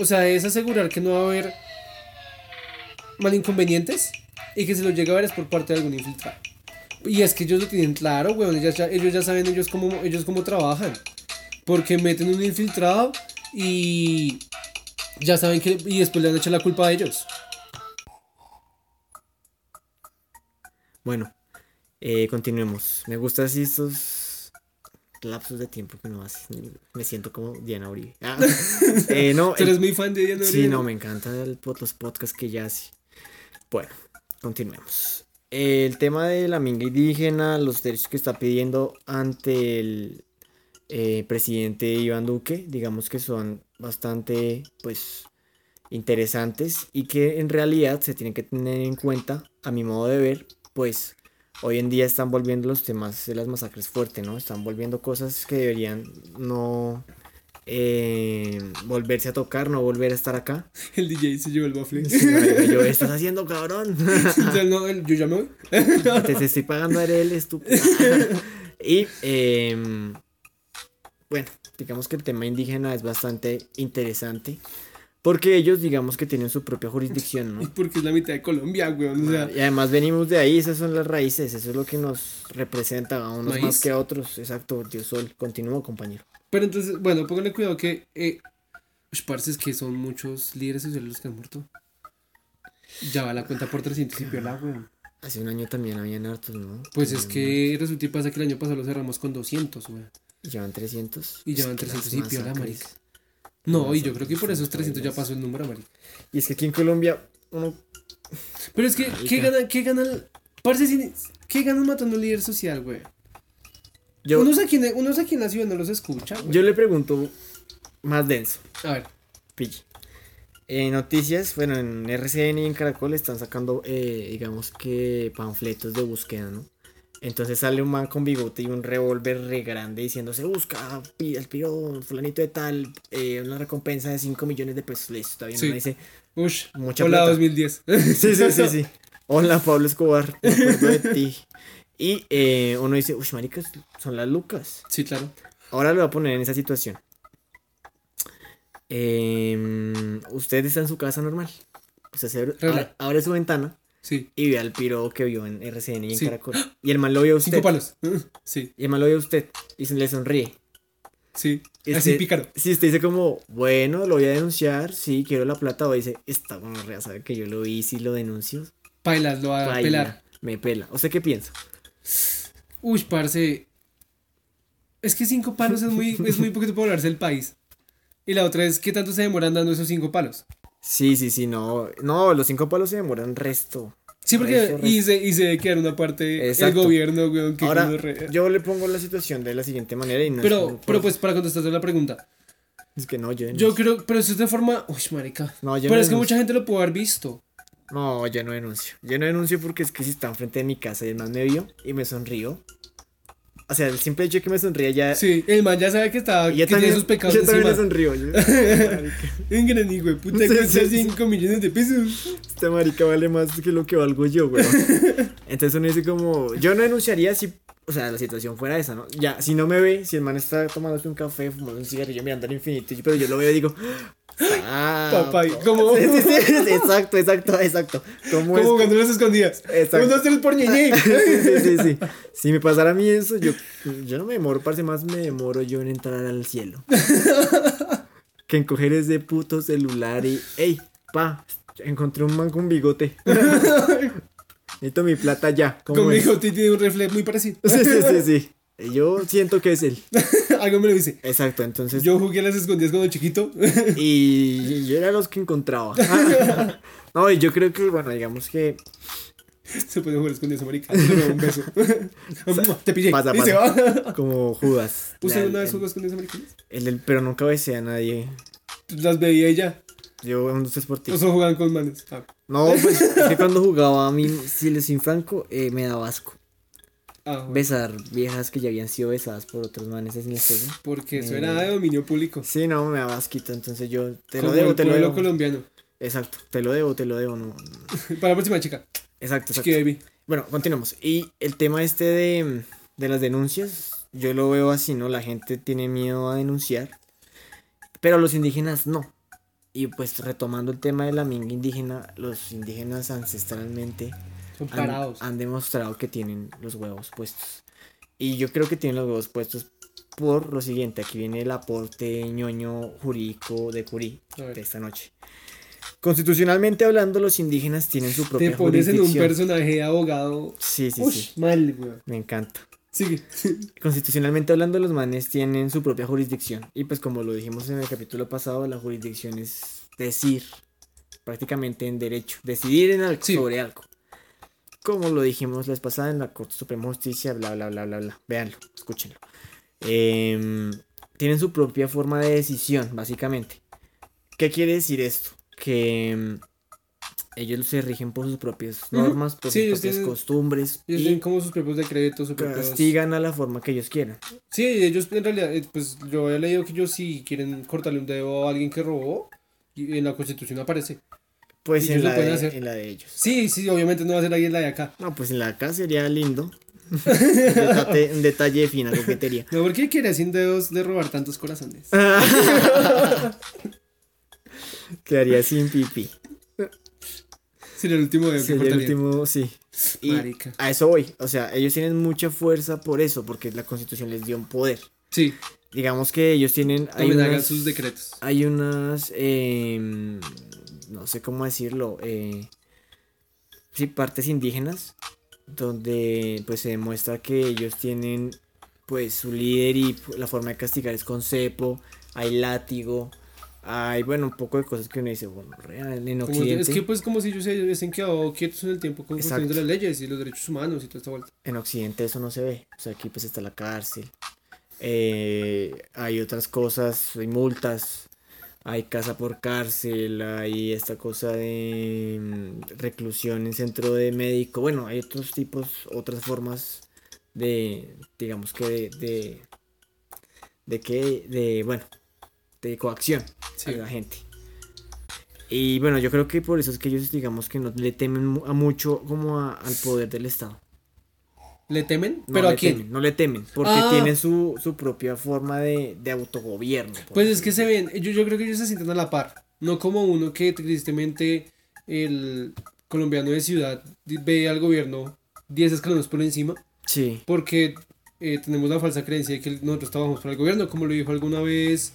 [SPEAKER 2] o sea, es asegurar que no va a haber mal inconvenientes y que si lo llega a ver es por parte de algún infiltrado. Y es que ellos lo tienen claro, weón, ellos ya, ellos ya saben ellos cómo, ellos cómo trabajan. Porque meten un infiltrado y Ya saben que. Y después le han hecho la culpa a ellos.
[SPEAKER 1] Bueno, eh, continuemos. Me gustan así estos lapsos de tiempo que no haces. Me siento como Diana Uribe. Ah, eh, no,
[SPEAKER 2] Tú
[SPEAKER 1] el-
[SPEAKER 2] eres muy fan de Diana
[SPEAKER 1] Sí, no, me encantan el pod- los podcasts que ya hace. Bueno, continuemos. El tema de la minga indígena, los derechos que está pidiendo ante el eh, presidente Iván Duque, digamos que son bastante, pues, interesantes y que en realidad se tienen que tener en cuenta, a mi modo de ver, pues, hoy en día están volviendo los temas de las masacres fuerte, ¿no? Están volviendo cosas que deberían no eh, volverse a tocar, no volver a estar acá.
[SPEAKER 2] El DJ se llevó el bafle.
[SPEAKER 1] Sí, marica, yo, "¿Qué estás haciendo, cabrón?
[SPEAKER 2] Ya no, el- yo ya me voy.
[SPEAKER 1] Te, te estoy pagando a él, estúpido. y, em, bueno, digamos que el tema indígena es bastante interesante. Porque ellos, digamos que tienen su propia jurisdicción,
[SPEAKER 2] Y
[SPEAKER 1] ¿no?
[SPEAKER 2] porque es la mitad de Colombia, weón. O sea,
[SPEAKER 1] Y además venimos de ahí, esas son las raíces, eso es lo que nos representa a unos
[SPEAKER 2] Maíz.
[SPEAKER 1] más que a otros. Exacto, Dios Sol. Continúo, compañero.
[SPEAKER 2] Pero entonces, bueno, pónganle cuidado que. Eh, ush, parce, es que son muchos líderes sociales los que han muerto. Ya va la cuenta por 300 y piola, weón.
[SPEAKER 1] Hace un año también habían hartos, ¿no? Eh,
[SPEAKER 2] Pues es
[SPEAKER 1] Tenían-
[SPEAKER 2] que resulta y pasa que el año pasado lo cerramos con 200, weón.
[SPEAKER 1] Y llevan 300.
[SPEAKER 2] Y
[SPEAKER 1] Es
[SPEAKER 2] llevan
[SPEAKER 1] que las
[SPEAKER 2] 300 y piola,
[SPEAKER 1] masacres.
[SPEAKER 2] marica. No, y yo creo que por
[SPEAKER 1] Son
[SPEAKER 2] esos 300 ya
[SPEAKER 1] vainas.
[SPEAKER 2] pasó el número, marica.
[SPEAKER 1] Y es que aquí en Colombia, uno
[SPEAKER 2] Pero es que, ¿qué
[SPEAKER 1] Marica.
[SPEAKER 2] ganan? ¿Qué ganan? Parce, sin- ¿qué ganan matando a un líder social, güey?
[SPEAKER 1] Yo,
[SPEAKER 2] Unos, aquí, en- unos aquí en la ciudad no los escuchan, güey.
[SPEAKER 1] yo le pregunto más denso,
[SPEAKER 2] A ver,
[SPEAKER 1] Pille. En noticias, bueno, en RCN y en Caracol están sacando, eh, digamos que panfletos de búsqueda, ¿no? Entonces sale un man con bigote y un revólver re grande diciendo, se busca pi- al pío fulanito de tal, eh, una recompensa de 5 millones de pesos, listo, todavía
[SPEAKER 2] Sí.
[SPEAKER 1] no dice,
[SPEAKER 2] ush,
[SPEAKER 1] Mucha
[SPEAKER 2] hola
[SPEAKER 1] plata.
[SPEAKER 2] 2010.
[SPEAKER 1] Sí, sí, sí, sí. Hola, Pablo Escobar, me acuerdo de ti. Y eh, uno dice, uy, maricas, son las lucas.
[SPEAKER 2] Sí, claro.
[SPEAKER 1] Ahora lo voy a poner en esa situación. Em, usted está en su casa normal. Usted se abre,
[SPEAKER 2] Regla.
[SPEAKER 1] abre- abre su ventana
[SPEAKER 2] Sí y
[SPEAKER 1] y ve al piro que vio en RCN y en
[SPEAKER 2] Sí.
[SPEAKER 1] Caracol. Y el man lo vio a
[SPEAKER 2] Cinco
[SPEAKER 1] usted.
[SPEAKER 2] palos. Sí,
[SPEAKER 1] Y el man lo vio a usted. Y se le sonríe.
[SPEAKER 2] sí.
[SPEAKER 1] Y
[SPEAKER 2] Así
[SPEAKER 1] usted-
[SPEAKER 2] pícaro.
[SPEAKER 1] Si usted dice como, bueno, lo voy a denunciar, sí, quiero la plata, o dice, esta gonorrea sabe que yo lo vi, si lo denuncio,
[SPEAKER 2] Pailas, lo va a
[SPEAKER 1] baila,
[SPEAKER 2] Ah, pelar.
[SPEAKER 1] me pela. ¿Usted qué piensa?
[SPEAKER 2] Uy, parce. Es que cinco palos es muy, es muy poquito para hablarse el país. Y la otra es, ¿qué tanto se demoran dando esos cinco palos?
[SPEAKER 1] Sí, sí, sí, no. No, los cinco palos se demoran resto.
[SPEAKER 2] Sí, porque
[SPEAKER 1] Resto, resto.
[SPEAKER 2] y se, y se queda en una parte
[SPEAKER 1] Exacto.
[SPEAKER 2] el gobierno, weón, que
[SPEAKER 1] Ahora,
[SPEAKER 2] uno re-
[SPEAKER 1] yo le pongo la situación de la siguiente manera y no es
[SPEAKER 2] Pero,
[SPEAKER 1] como por-
[SPEAKER 2] pero pues para contestarte la pregunta,
[SPEAKER 1] Es que no, yo,
[SPEAKER 2] yo creo, pero eso es de forma, uy, marica,
[SPEAKER 1] No, yo
[SPEAKER 2] pero
[SPEAKER 1] no
[SPEAKER 2] es que
[SPEAKER 1] denuncio.
[SPEAKER 2] mucha gente lo pudo haber visto,
[SPEAKER 1] No, yo no denuncio. Yo no denuncio porque es que si está enfrente de mi casa y el man me vio y me sonrió. O sea, el simple hecho de que me sonría ya.
[SPEAKER 2] sí, el man ya sabe que está,
[SPEAKER 1] Eh. y
[SPEAKER 2] que
[SPEAKER 1] yo
[SPEAKER 2] tiene
[SPEAKER 1] también,
[SPEAKER 2] sus pecados
[SPEAKER 1] yo también le
[SPEAKER 2] encima,
[SPEAKER 1] sonrío. yo- marica,
[SPEAKER 2] un gran hijo de puta,
[SPEAKER 1] Sí,
[SPEAKER 2] cuesta
[SPEAKER 1] sí, sí.
[SPEAKER 2] 5 millones de pesos,
[SPEAKER 1] Esta marica vale más que lo que valgo yo, güey. Entonces uno dice como. Yo no denunciaría si. O sea, la situación fuera esa, ¿no? Ya, si no me ve, si el man está tomándose un café, fumando un cigarrillo, mirando al infinito, y- pero yo lo veo y digo. Ah,
[SPEAKER 2] Papá, ¿y
[SPEAKER 1] po-
[SPEAKER 2] cómo?
[SPEAKER 1] Sí, sí, sí, exacto, exacto, exacto. ¿Cómo,
[SPEAKER 2] como
[SPEAKER 1] Pues es?
[SPEAKER 2] cuando las escondidas,
[SPEAKER 1] Exacto.
[SPEAKER 2] uno dos, tres por ñeñe,
[SPEAKER 1] sí, sí, sí, sí. Si me pasara a mí eso, yo, yo no me demoro, parce, más me demoro yo en entrar al cielo. que en coger ese puto celular y, ey, pa, encontré un man con bigote. Necesito mi plata ya. ¿cómo
[SPEAKER 2] Como
[SPEAKER 1] es?
[SPEAKER 2] dijo Titi, tiene un reflejo muy parecido.
[SPEAKER 1] Sí, sí, sí, sí. Y Yo siento que es él.
[SPEAKER 2] Algo me lo dice.
[SPEAKER 1] Exacto, entonces.
[SPEAKER 2] Yo jugué a las escondidas cuando chiquito.
[SPEAKER 1] Y yo era los que encontraba. no, y yo creo que, bueno, digamos que
[SPEAKER 2] se puede jugar a escondidas, marica. Pero un beso. Te pillé.
[SPEAKER 1] pasa,
[SPEAKER 2] Y se
[SPEAKER 1] pasa.
[SPEAKER 2] va.
[SPEAKER 1] como Judas.
[SPEAKER 2] ¿Usted
[SPEAKER 1] el-
[SPEAKER 2] una vez
[SPEAKER 1] el-
[SPEAKER 2] jugó a escondidas, americanas?
[SPEAKER 1] el del- pero nunca besé a nadie.
[SPEAKER 2] Las veía y ya.
[SPEAKER 1] Yo un dulce por ti.
[SPEAKER 2] O solo jugaban con manes. Ah,
[SPEAKER 1] No, pues es que cuando jugaba a mí, si les soy franco, eh, me daba asco.
[SPEAKER 2] ah, bueno.
[SPEAKER 1] Besar viejas que ya habían sido besadas por otros manes en el espejo.
[SPEAKER 2] Porque eso era de dominio público.
[SPEAKER 1] Sí, no, me daba asquito, entonces yo te lo
[SPEAKER 2] Como
[SPEAKER 1] debo,
[SPEAKER 2] el
[SPEAKER 1] te lo
[SPEAKER 2] pueblo
[SPEAKER 1] debo.
[SPEAKER 2] colombiano.
[SPEAKER 1] Exacto, te lo debo, te lo debo, no. no.
[SPEAKER 2] Para la próxima chica.
[SPEAKER 1] Exacto,
[SPEAKER 2] Chiqui
[SPEAKER 1] exacto.
[SPEAKER 2] baby.
[SPEAKER 1] Bueno, continuamos. Y el tema este de, de las denuncias, yo lo veo así, ¿no? La gente tiene miedo a denunciar, pero los indígenas no. Y pues retomando el tema de la minga indígena, los indígenas ancestralmente
[SPEAKER 2] Son
[SPEAKER 1] han,
[SPEAKER 2] parados.
[SPEAKER 1] han demostrado que tienen los huevos puestos. Y yo creo que tienen los huevos puestos por lo siguiente. Aquí viene el aporte ñoño jurídico de Curí
[SPEAKER 2] A ver.
[SPEAKER 1] de esta noche. Constitucionalmente hablando, los indígenas tienen su propia
[SPEAKER 2] Te pones en un
[SPEAKER 1] jurisdicción.
[SPEAKER 2] personaje de abogado.
[SPEAKER 1] Sí, sí,
[SPEAKER 2] Ush,
[SPEAKER 1] sí.
[SPEAKER 2] mal, güey.
[SPEAKER 1] Me encanta.
[SPEAKER 2] Sigue.
[SPEAKER 1] Constitucionalmente hablando, los manes tienen su propia jurisdicción. Y pues como lo dijimos en el capítulo pasado, la jurisdicción es decir, prácticamente en derecho, decidir en algo,
[SPEAKER 2] Sí.
[SPEAKER 1] sobre algo. Como lo dijimos la vez pasada en la Corte Suprema de Justicia, bla, bla, bla, bla, bla. Véanlo, escúchenlo. Em, tienen su propia forma de decisión, básicamente. ¿Qué quiere decir esto? Que em, ellos se rigen por sus propias
[SPEAKER 2] Ujú.
[SPEAKER 1] normas, por
[SPEAKER 2] Sí,
[SPEAKER 1] sus
[SPEAKER 2] ellos
[SPEAKER 1] propias
[SPEAKER 2] tienen-
[SPEAKER 1] costumbres.
[SPEAKER 2] Ellos
[SPEAKER 1] y-
[SPEAKER 2] tienen como sus propios decretos, sus propios...
[SPEAKER 1] castigan a la forma que ellos quieran.
[SPEAKER 2] Sí, ellos en realidad, eh, pues yo he leído que ellos si quieren cortarle un dedo a alguien que robó, y en la constitución aparece.
[SPEAKER 1] Pues en
[SPEAKER 2] Y ellos lo
[SPEAKER 1] la,
[SPEAKER 2] pueden
[SPEAKER 1] de,
[SPEAKER 2] hacer.
[SPEAKER 1] en la de ellos.
[SPEAKER 2] Sí, sí, obviamente no va a ser alguien la de acá.
[SPEAKER 1] No, pues en la de acá sería lindo. un, detalle, un detalle de fina coquetería.
[SPEAKER 2] No, ¿por qué quiere sin dedos de robar tantos corazones?
[SPEAKER 1] Quedaría sin pipí.
[SPEAKER 2] Sería el último dedo que
[SPEAKER 1] Sería el
[SPEAKER 2] cortaría.
[SPEAKER 1] último, sí. Y
[SPEAKER 2] Marica.
[SPEAKER 1] a eso voy. O sea, ellos tienen mucha fuerza por eso, porque la constitución les dio un poder.
[SPEAKER 2] Sí,
[SPEAKER 1] Digamos que ellos tienen. hay
[SPEAKER 2] también hagan
[SPEAKER 1] unas-
[SPEAKER 2] sus decretos.
[SPEAKER 1] Hay unas, em, no sé cómo decirlo, eh, sí, partes indígenas, donde pues se demuestra que ellos tienen pues su líder y pu- la forma de castigar es con cepo, hay látigo, hay bueno, un poco de cosas que uno dice, bueno, real, en
[SPEAKER 2] Como-
[SPEAKER 1] Occidente,
[SPEAKER 2] es que pues como si ellos se hubiesen quedado quietos en el tiempo con cuestión de
[SPEAKER 1] Exacto.
[SPEAKER 2] las leyes y los derechos humanos y toda esta vuelta.
[SPEAKER 1] en Occidente eso no se ve, o sea, aquí pues está la cárcel, eh, hay otras cosas, hay multas, hay casa por cárcel, hay esta cosa de mm, reclusión en centro de médico, bueno, hay otros tipos, otras formas de, digamos que de, de, de que, de, bueno, de coacción
[SPEAKER 2] Sí.
[SPEAKER 1] a la gente. Y bueno, yo creo que por eso es que ellos digamos que no le temen mu- a mucho como a- al poder del Estado.
[SPEAKER 2] ¿Le temen?
[SPEAKER 1] No
[SPEAKER 2] ¿Pero
[SPEAKER 1] le
[SPEAKER 2] a quién?
[SPEAKER 1] temen, no le temen, porque
[SPEAKER 2] Ah.
[SPEAKER 1] tienen su, su propia forma de, de autogobierno. por
[SPEAKER 2] Pues es
[SPEAKER 1] así
[SPEAKER 2] que se ven, yo, yo creo que ellos se sientan a la par, no como uno que tristemente el colombiano de ciudad di- ve al gobierno 10 escalones por encima,
[SPEAKER 1] Sí,
[SPEAKER 2] porque eh, tenemos la falsa creencia de que nosotros trabajamos para el gobierno, como lo dijo alguna vez,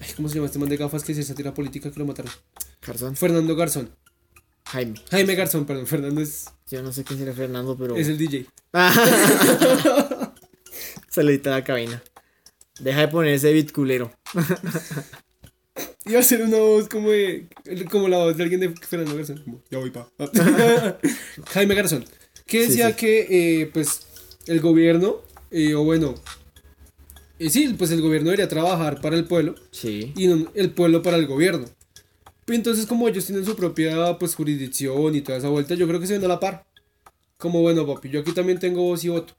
[SPEAKER 2] ay, ¿cómo se llama este man de gafas que se satira política que lo mataron?
[SPEAKER 1] Garzón.
[SPEAKER 2] Fernando Garzón,
[SPEAKER 1] Jaime.
[SPEAKER 2] Jaime Garzón, perdón, Fernando es,
[SPEAKER 1] Yo no sé quién será Fernando, pero.
[SPEAKER 2] es el DJ.
[SPEAKER 1] Saludita a la cabina. Deja de poner ese beat culero.
[SPEAKER 2] Iba a ser una voz como de, como la voz de alguien de Fernando Garzón. como, ya voy pa. Jaime Garzón. Que
[SPEAKER 1] Sí,
[SPEAKER 2] decía
[SPEAKER 1] sí.
[SPEAKER 2] que eh, pues el gobierno, eh, o bueno, eh, sí, pues el gobierno debería trabajar para el pueblo
[SPEAKER 1] Sí.
[SPEAKER 2] y no el pueblo para el gobierno. Pero entonces como ellos tienen su propia pues jurisdicción y toda esa vuelta, yo creo que se ven a la par. Como bueno, papi, yo aquí también tengo voz y voto.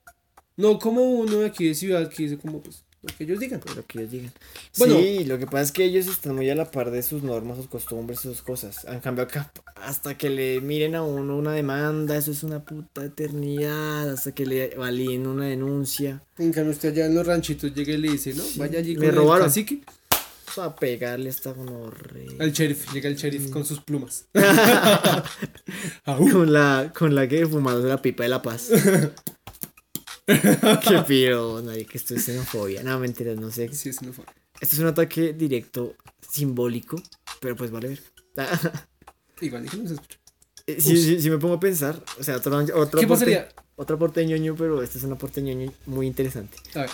[SPEAKER 2] No como uno de aquí de ciudad que dice como pues lo que ellos digan.
[SPEAKER 1] Lo que ellos digan.
[SPEAKER 2] Bueno.
[SPEAKER 1] sí, lo que pasa es que ellos están muy a la par de sus normas, sus costumbres, sus cosas. En cambio, acá, hasta que le miren a uno una demanda, eso es una puta eternidad. Hasta que le validen una denuncia.
[SPEAKER 2] En cambio, usted allá en los ranchitos llega y le dice, no, vaya allí
[SPEAKER 1] me
[SPEAKER 2] con el
[SPEAKER 1] robaron.
[SPEAKER 2] cacique.
[SPEAKER 1] Para pegarle esta gonorrea.
[SPEAKER 2] Al sheriff, llega el sheriff con sus plumas.
[SPEAKER 1] Con la, con la que fumando la pipa de la paz. Qué piro, nadie que esto es xenofobia. No, mentiras, no sé.
[SPEAKER 2] Sí, ese no fue.
[SPEAKER 1] Esto es un ataque directo, simbólico, pero pues vale ver.
[SPEAKER 2] Igual dije, no se escucha.
[SPEAKER 1] Eh, si, si- si me pongo a pensar, o sea, otro, otro aporte-
[SPEAKER 2] ¿Qué pasaría?
[SPEAKER 1] Otro aporte ñoño, pero este es un aporte ñoño muy interesante.
[SPEAKER 2] A ver,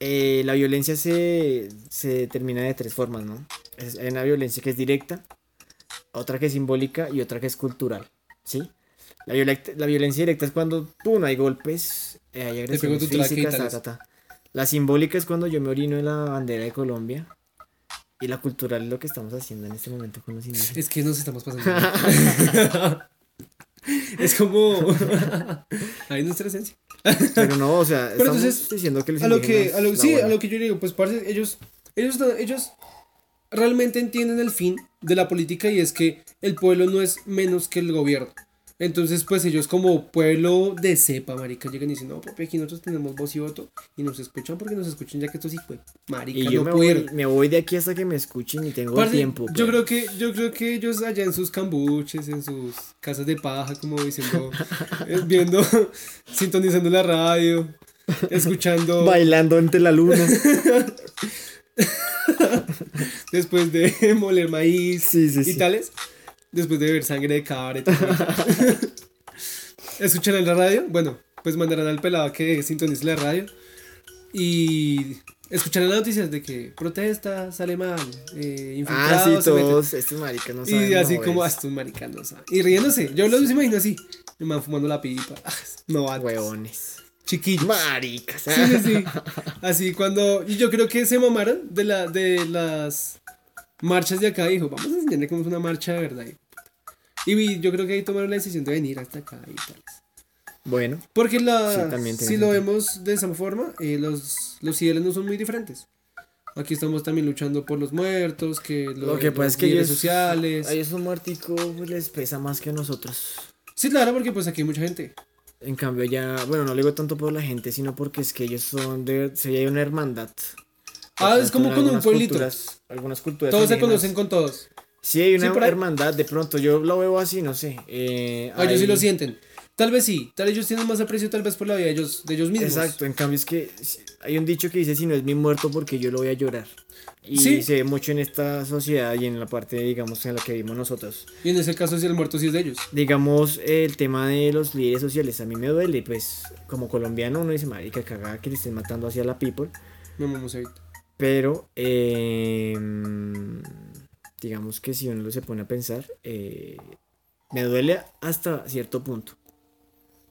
[SPEAKER 1] Eh, la violencia se, se determina de tres formas, ¿no? Es- hay una violencia que es directa, otra que es simbólica y otra que es cultural, ¿sí? La, violect- la violencia directa es cuando, pum, hay golpes, eh, hay agresiones
[SPEAKER 2] tu traque y
[SPEAKER 1] físicas, ta,
[SPEAKER 2] tales.
[SPEAKER 1] ta, ta. La simbólica es cuando yo me orino en la bandera de Colombia. Y la cultural es lo que estamos haciendo en este momento con los indígenas.
[SPEAKER 2] es que nos estamos pasando. es como. Ahí nuestra esencia.
[SPEAKER 1] Pero no, o sea,
[SPEAKER 2] Pero
[SPEAKER 1] estamos
[SPEAKER 2] entonces,
[SPEAKER 1] diciendo que los
[SPEAKER 2] A lo que,
[SPEAKER 1] indígenas
[SPEAKER 2] a lo,
[SPEAKER 1] la
[SPEAKER 2] sí, a
[SPEAKER 1] vuelan.
[SPEAKER 2] lo que yo digo, pues parce, ellos, ellos, no- ellos realmente entienden el fin de la política y es que el pueblo no es menos que el gobierno. Entonces, pues ellos como pueblo de cepa, marica, llegan y dicen, no, papi, aquí nosotros tenemos voz y voto y nos escuchan porque nos escuchan ya que estos sí fue. Marica,
[SPEAKER 1] Y yo
[SPEAKER 2] no
[SPEAKER 1] me
[SPEAKER 2] puedo.
[SPEAKER 1] voy, me voy de aquí hasta que me escuchen y tengo
[SPEAKER 2] Parce,
[SPEAKER 1] tiempo. pues.
[SPEAKER 2] yo
[SPEAKER 1] pero-
[SPEAKER 2] creo que yo creo que ellos allá en sus cambuches, en sus casas de paja, como diciendo, eh, viendo, sintonizando la radio, escuchando
[SPEAKER 1] Bailando ante la luna.
[SPEAKER 2] después de moler maíz
[SPEAKER 1] Sí, sí,
[SPEAKER 2] y
[SPEAKER 1] sí.
[SPEAKER 2] tales, después de beber sangre de cabra y todo eso. Escucharán la radio, bueno, pues mandarán al pelado que sintonice la radio y escucharán las noticias de que protesta, sale mal, eh,
[SPEAKER 1] Ah,
[SPEAKER 2] infiltrados,
[SPEAKER 1] sí,
[SPEAKER 2] se meten.
[SPEAKER 1] todos. Estos maricas no saben.
[SPEAKER 2] Y así
[SPEAKER 1] no,
[SPEAKER 2] como
[SPEAKER 1] es-
[SPEAKER 2] hasta un maricano, ¿sabes? Y riéndose. Yo los imagino así. El man fumando la pipa. No, antes.
[SPEAKER 1] Hueones.
[SPEAKER 2] Chiquillo.
[SPEAKER 1] Maricas.
[SPEAKER 2] Sí, sí, sí. Así cuando. Y yo creo que se mamaron de, la, de las marchas de acá. Dijo, vamos a enseñarle cómo es una marcha de verdad. hijo". Y vi- yo creo que ahí tomaron la decisión de venir hasta acá y tal.
[SPEAKER 1] ah. Bueno,
[SPEAKER 2] Porque la,
[SPEAKER 1] Sí, también tiene
[SPEAKER 2] si lo
[SPEAKER 1] sentido.
[SPEAKER 2] vemos de esa forma, eh, los, los ideales no son muy diferentes. Aquí estamos también luchando por los muertos, que
[SPEAKER 1] lo,
[SPEAKER 2] los-
[SPEAKER 1] que pasa
[SPEAKER 2] los
[SPEAKER 1] es pues que
[SPEAKER 2] líderes
[SPEAKER 1] ellos-
[SPEAKER 2] sociales.
[SPEAKER 1] A ellos un muertico les pesa más que a nosotros.
[SPEAKER 2] Sí, claro, porque pues aquí hay mucha gente.
[SPEAKER 1] En cambio, ya, bueno, no lo digo tanto por la gente, sino porque es que ellos son de. Se hay una hermandad.
[SPEAKER 2] Ah, es como
[SPEAKER 1] En
[SPEAKER 2] con un
[SPEAKER 1] algunas
[SPEAKER 2] pueblito.
[SPEAKER 1] culturas- algunas culturas.
[SPEAKER 2] Todos se
[SPEAKER 1] indígenas.
[SPEAKER 2] conocen con todos.
[SPEAKER 1] Sí, hay una
[SPEAKER 2] Sí, por ahí.
[SPEAKER 1] hermandad, de pronto, yo lo veo así, no sé. eh,
[SPEAKER 2] Ah, ellos sí
[SPEAKER 1] hay-
[SPEAKER 2] lo sienten. Tal vez sí, tal ellos tienen más aprecio tal vez por la vida de ellos, de ellos mismos.
[SPEAKER 1] Exacto, en cambio es que si- hay un dicho que dice, si no es mi muerto porque yo lo voy a llorar. Y
[SPEAKER 2] Sí.
[SPEAKER 1] se ve mucho en esta sociedad y en la parte, digamos, en la que vivimos nosotros.
[SPEAKER 2] Y en ese caso si el muerto sí es de ellos.
[SPEAKER 1] Digamos, el tema de los líderes sociales, a mí me duele, pues como colombiano uno dice, marica, cagada que le estén matando hacia la people.
[SPEAKER 2] Me mamó Cevito.
[SPEAKER 1] Pero, eh, digamos que si uno se pone a pensar, eh, me duele hasta cierto punto.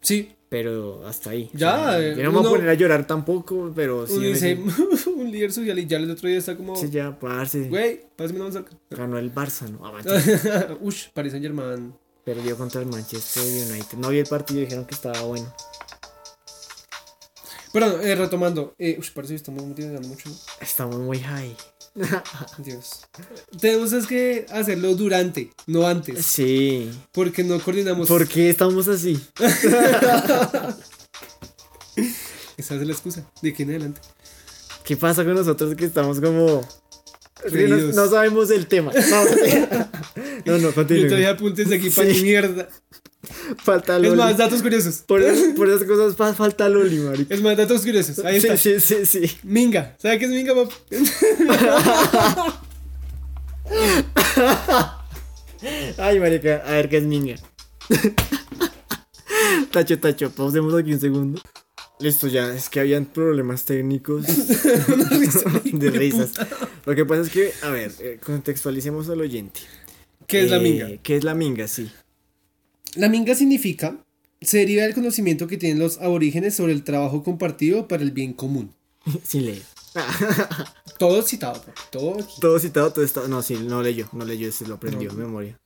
[SPEAKER 2] Sí,
[SPEAKER 1] Pero hasta ahí. o
[SPEAKER 2] Ya,
[SPEAKER 1] sea,
[SPEAKER 2] eh,
[SPEAKER 1] yo no me voy
[SPEAKER 2] uno-
[SPEAKER 1] a poner a llorar tampoco, pero sí.
[SPEAKER 2] uno
[SPEAKER 1] uno
[SPEAKER 2] dice,
[SPEAKER 1] dice,
[SPEAKER 2] un líder social y ya el otro día está como,
[SPEAKER 1] Sí, ya, parce,
[SPEAKER 2] güey, pásame una manzaca.
[SPEAKER 1] Ganó el Barça, ¿no? Ah, mentira,
[SPEAKER 2] Ush, Paris Saint Germain.
[SPEAKER 1] Perdió contra el Manchester United. No vi el partido, dijeron que estaba bueno.
[SPEAKER 2] Pero eh, retomando, eh, ush, parece que estamos metiendo mucho. ¿no?
[SPEAKER 1] Estamos muy high.
[SPEAKER 2] Dios. Tenemos es que hacerlo durante, no antes,
[SPEAKER 1] Sí.
[SPEAKER 2] porque no coordinamos.
[SPEAKER 1] ¿Por qué estamos así?
[SPEAKER 2] Esa es la excusa, de aquí en adelante.
[SPEAKER 1] ¿Qué pasa con nosotros que estamos como... Es que No,
[SPEAKER 2] Perdidos.
[SPEAKER 1] no sabemos el tema. No, no,
[SPEAKER 2] Yo traía
[SPEAKER 1] continúe.
[SPEAKER 2] apuntes aquí para mi
[SPEAKER 1] Sí.
[SPEAKER 2] mierda.
[SPEAKER 1] Falta
[SPEAKER 2] Es
[SPEAKER 1] Loli.
[SPEAKER 2] más, datos curiosos.
[SPEAKER 1] Por, esas- por esas cosas fa- falta Loli, marica.
[SPEAKER 2] Es más, datos curiosos. Ahí
[SPEAKER 1] Sí,
[SPEAKER 2] está.
[SPEAKER 1] sí, sí, sí.
[SPEAKER 2] Minga. ¿Sabes qué es Minga, pap?
[SPEAKER 1] Ay, marica, a ver qué es minga. tacho, tacho, pausemos aquí un segundo. Listo, ya, es que habían problemas técnicos de risas. Lo que pasa es que, a ver, eh, contextualicemos al oyente.
[SPEAKER 2] ¿Qué es la
[SPEAKER 1] Eh,
[SPEAKER 2] minga?
[SPEAKER 1] ¿Qué es la minga? Sí.
[SPEAKER 2] La minga significa, se deriva del conocimiento que tienen los aborígenes sobre el trabajo compartido para el bien común.
[SPEAKER 1] Sin leer.
[SPEAKER 2] Todo citado, pap, todo aquí.
[SPEAKER 1] Todo citado, todo estado. No, sí, no leyó, no leyó, se lo aprendió
[SPEAKER 2] No.
[SPEAKER 1] en memoria.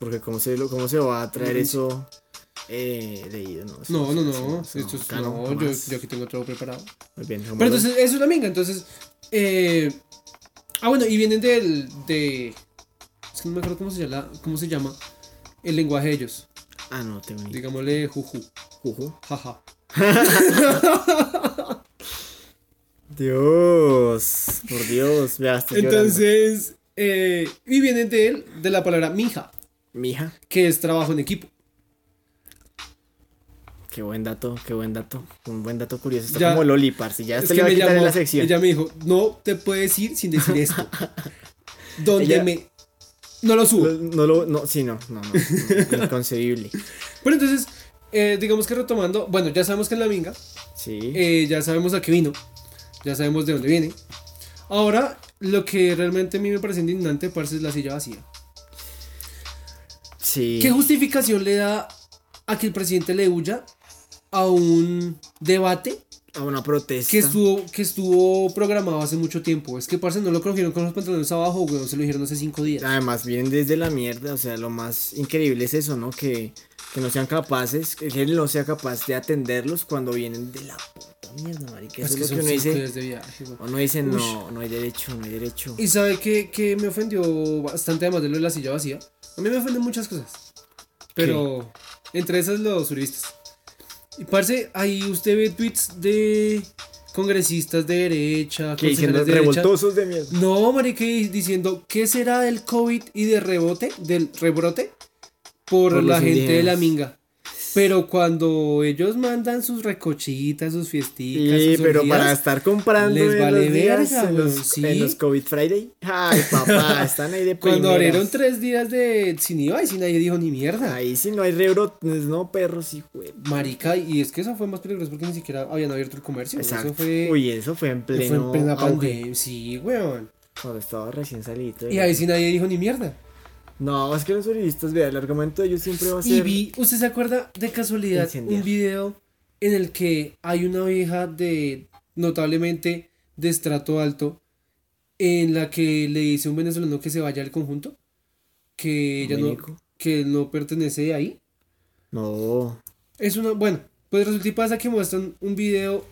[SPEAKER 1] Porque cómo se, lo- cómo se va a traer
[SPEAKER 2] Ujú.
[SPEAKER 1] eso eh, leído, ¿no? eso
[SPEAKER 2] No,
[SPEAKER 1] se
[SPEAKER 2] no,
[SPEAKER 1] hace,
[SPEAKER 2] no.
[SPEAKER 1] eso
[SPEAKER 2] Esto es,
[SPEAKER 1] acá
[SPEAKER 2] no, yo,
[SPEAKER 1] jamás.
[SPEAKER 2] yo aquí tengo todo preparado.
[SPEAKER 1] Muy bien,
[SPEAKER 2] Pero entonces, eso es la minga. Entonces, eh, ah, bueno, y vienen del. De, es que no me acuerdo cómo se llama, cómo se llama el lenguaje de ellos.
[SPEAKER 1] Ah, no, tengo ni
[SPEAKER 2] Digámosle juju,
[SPEAKER 1] Juju.
[SPEAKER 2] jaja.
[SPEAKER 1] Dios, por Dios, vea, estoy llorando.
[SPEAKER 2] Entonces, eh, y viene de él, de la palabra mija,
[SPEAKER 1] Mija,
[SPEAKER 2] que es trabajo en equipo.
[SPEAKER 1] qué buen dato, qué buen dato. Un buen dato curioso. Está
[SPEAKER 2] Ya.
[SPEAKER 1] como Loli, parce. Ya
[SPEAKER 2] es
[SPEAKER 1] se le
[SPEAKER 2] que
[SPEAKER 1] va a
[SPEAKER 2] me
[SPEAKER 1] quitar
[SPEAKER 2] llamó,
[SPEAKER 1] en la sección.
[SPEAKER 2] ella me dijo, no te puedes ir sin decir esto. Donde
[SPEAKER 1] Ella-
[SPEAKER 2] me... No lo
[SPEAKER 1] No,
[SPEAKER 2] subo.
[SPEAKER 1] no lo, no, sí, no, no, no, no, inconcebible.
[SPEAKER 2] Pero entonces, eh, digamos que retomando, bueno, ya sabemos que es la minga,
[SPEAKER 1] Sí,
[SPEAKER 2] eh, ya sabemos a qué vino, ya sabemos de dónde viene. Ahora, lo que realmente a mí me parece indignante, parce, es la silla vacía.
[SPEAKER 1] sí.
[SPEAKER 2] ¿Qué justificación le da a que el presidente le huya a un debate
[SPEAKER 1] A una protesta.
[SPEAKER 2] que estuvo, que estuvo programado hace mucho tiempo? Es que, parce, no lo cogieron con los pantalones abajo, weón, se lo dijeron hace cinco días.
[SPEAKER 1] Además, vienen desde la mierda. O sea, lo más increíble es eso, ¿no? Que, que no sean capaces, que él no sea capaz de atenderlos cuando vienen de la puta mierda, marica. Eso
[SPEAKER 2] Es
[SPEAKER 1] es,
[SPEAKER 2] que
[SPEAKER 1] lo que
[SPEAKER 2] son
[SPEAKER 1] uno
[SPEAKER 2] cinco
[SPEAKER 1] dice.
[SPEAKER 2] días de viaje, weón.
[SPEAKER 1] Uno dice, no,
[SPEAKER 2] Ush.
[SPEAKER 1] no hay derecho, no hay derecho.
[SPEAKER 2] Y sabe que, que me ofendió bastante, además de lo de la silla vacía. A mí me ofenden muchas cosas. Pero entre esas los juristas. Y parce, ahí usted ve tweets de congresistas de derecha,
[SPEAKER 1] Que diciendo
[SPEAKER 2] consejeros de derecha.
[SPEAKER 1] revoltosos de mierda.
[SPEAKER 2] No, marica, y diciendo, ¿qué será del COVID y de rebote, del rebrote? Por,
[SPEAKER 1] Por
[SPEAKER 2] la
[SPEAKER 1] los
[SPEAKER 2] gente de la
[SPEAKER 1] indígenas.
[SPEAKER 2] minga. Pero cuando ellos mandan sus recochitas, sus fiestitas,
[SPEAKER 1] Sí,
[SPEAKER 2] sus
[SPEAKER 1] pero
[SPEAKER 2] orgías,
[SPEAKER 1] para estar comprando
[SPEAKER 2] les
[SPEAKER 1] en,
[SPEAKER 2] vale
[SPEAKER 1] los días,
[SPEAKER 2] verga,
[SPEAKER 1] en,
[SPEAKER 2] weón,
[SPEAKER 1] los,
[SPEAKER 2] sí.
[SPEAKER 1] en los COVID Friday. Ay, papá, están ahí de
[SPEAKER 2] Cuando
[SPEAKER 1] primeras.
[SPEAKER 2] abrieron tres días de sin IVA y sin nadie dijo ni mierda.
[SPEAKER 1] Ahí sí no hay rebrotes, no, perros, sí, güey.
[SPEAKER 2] Marica, y es que eso fue más peligroso porque ni siquiera habían abierto el comercio.
[SPEAKER 1] Exacto.
[SPEAKER 2] Eso fue,
[SPEAKER 1] Uy, eso fue en pleno.
[SPEAKER 2] fue en plena
[SPEAKER 1] auge,
[SPEAKER 2] pandemia. Sí, weón.
[SPEAKER 1] Cuando estaba recién salido.
[SPEAKER 2] Y ahí sí nadie dijo ni mierda.
[SPEAKER 1] No, es que los uribistas, vea, el argumento de ellos siempre va a
[SPEAKER 2] Y
[SPEAKER 1] ser.
[SPEAKER 2] vi, ¿usted se acuerda de casualidad
[SPEAKER 1] Incendiar.
[SPEAKER 2] un video en el que hay una vieja de notablemente de estrato alto en la que le dice a un venezolano que se vaya al conjunto? Que ella no,
[SPEAKER 1] Dominico.
[SPEAKER 2] que él no pertenece ahí.
[SPEAKER 1] No.
[SPEAKER 2] Es una, bueno, pues resulta y pasa que muestran un video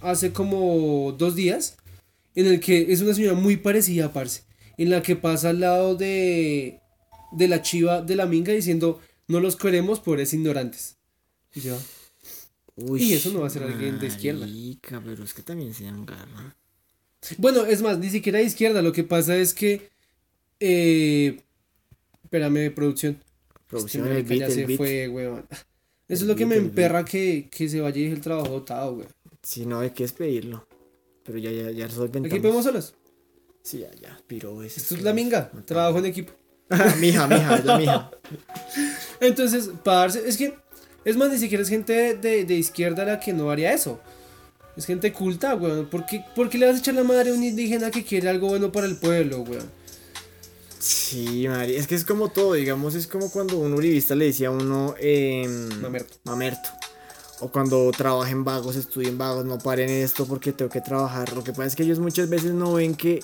[SPEAKER 2] hace como dos días en el que es una señora muy parecida a Parce, en la que pasa al lado de, de la chiva de la minga diciendo no los queremos por es ignorantes. Y yo,
[SPEAKER 1] Uy,
[SPEAKER 2] Y eso no va a ser alguien de izquierda.
[SPEAKER 1] marica, pero es que también se dan garra.
[SPEAKER 2] Bueno, es más, ni siquiera de izquierda, lo que pasa es que... Eh, espérame, producción.
[SPEAKER 1] Producción,
[SPEAKER 2] Este
[SPEAKER 1] el
[SPEAKER 2] marica ya
[SPEAKER 1] beat, el
[SPEAKER 2] se
[SPEAKER 1] beat.
[SPEAKER 2] fue, weón. Eso es
[SPEAKER 1] El
[SPEAKER 2] lo que
[SPEAKER 1] beat,
[SPEAKER 2] me
[SPEAKER 1] el beat.
[SPEAKER 2] emperra que, que se vaya y deje el trabajo botado, weón.
[SPEAKER 1] Si no, hay que despedirlo. Pero ya, ya, ya solventamos.
[SPEAKER 2] Aquí podemos solos.
[SPEAKER 1] Sí, ya, ya, piro ese. Ah,
[SPEAKER 2] Esto es la minga, trabajo en equipo.
[SPEAKER 1] mija, mija, es la mija.
[SPEAKER 2] Entonces, parce, es que, es más, ni siquiera es gente de, de izquierda la que no haría eso. Es gente culta, weón. ¿Por qué, por qué le vas a echar la madre a un indígena que quiere algo bueno para el pueblo, weón?
[SPEAKER 1] Sí, Mari, es que es como todo, digamos, es como cuando un uribista le decía a uno, em,
[SPEAKER 2] Mamerto.
[SPEAKER 1] mamerto. O cuando trabajen vagos, estudien vagos, no paren esto porque tengo que trabajar. Lo que pasa es que ellos muchas veces no ven que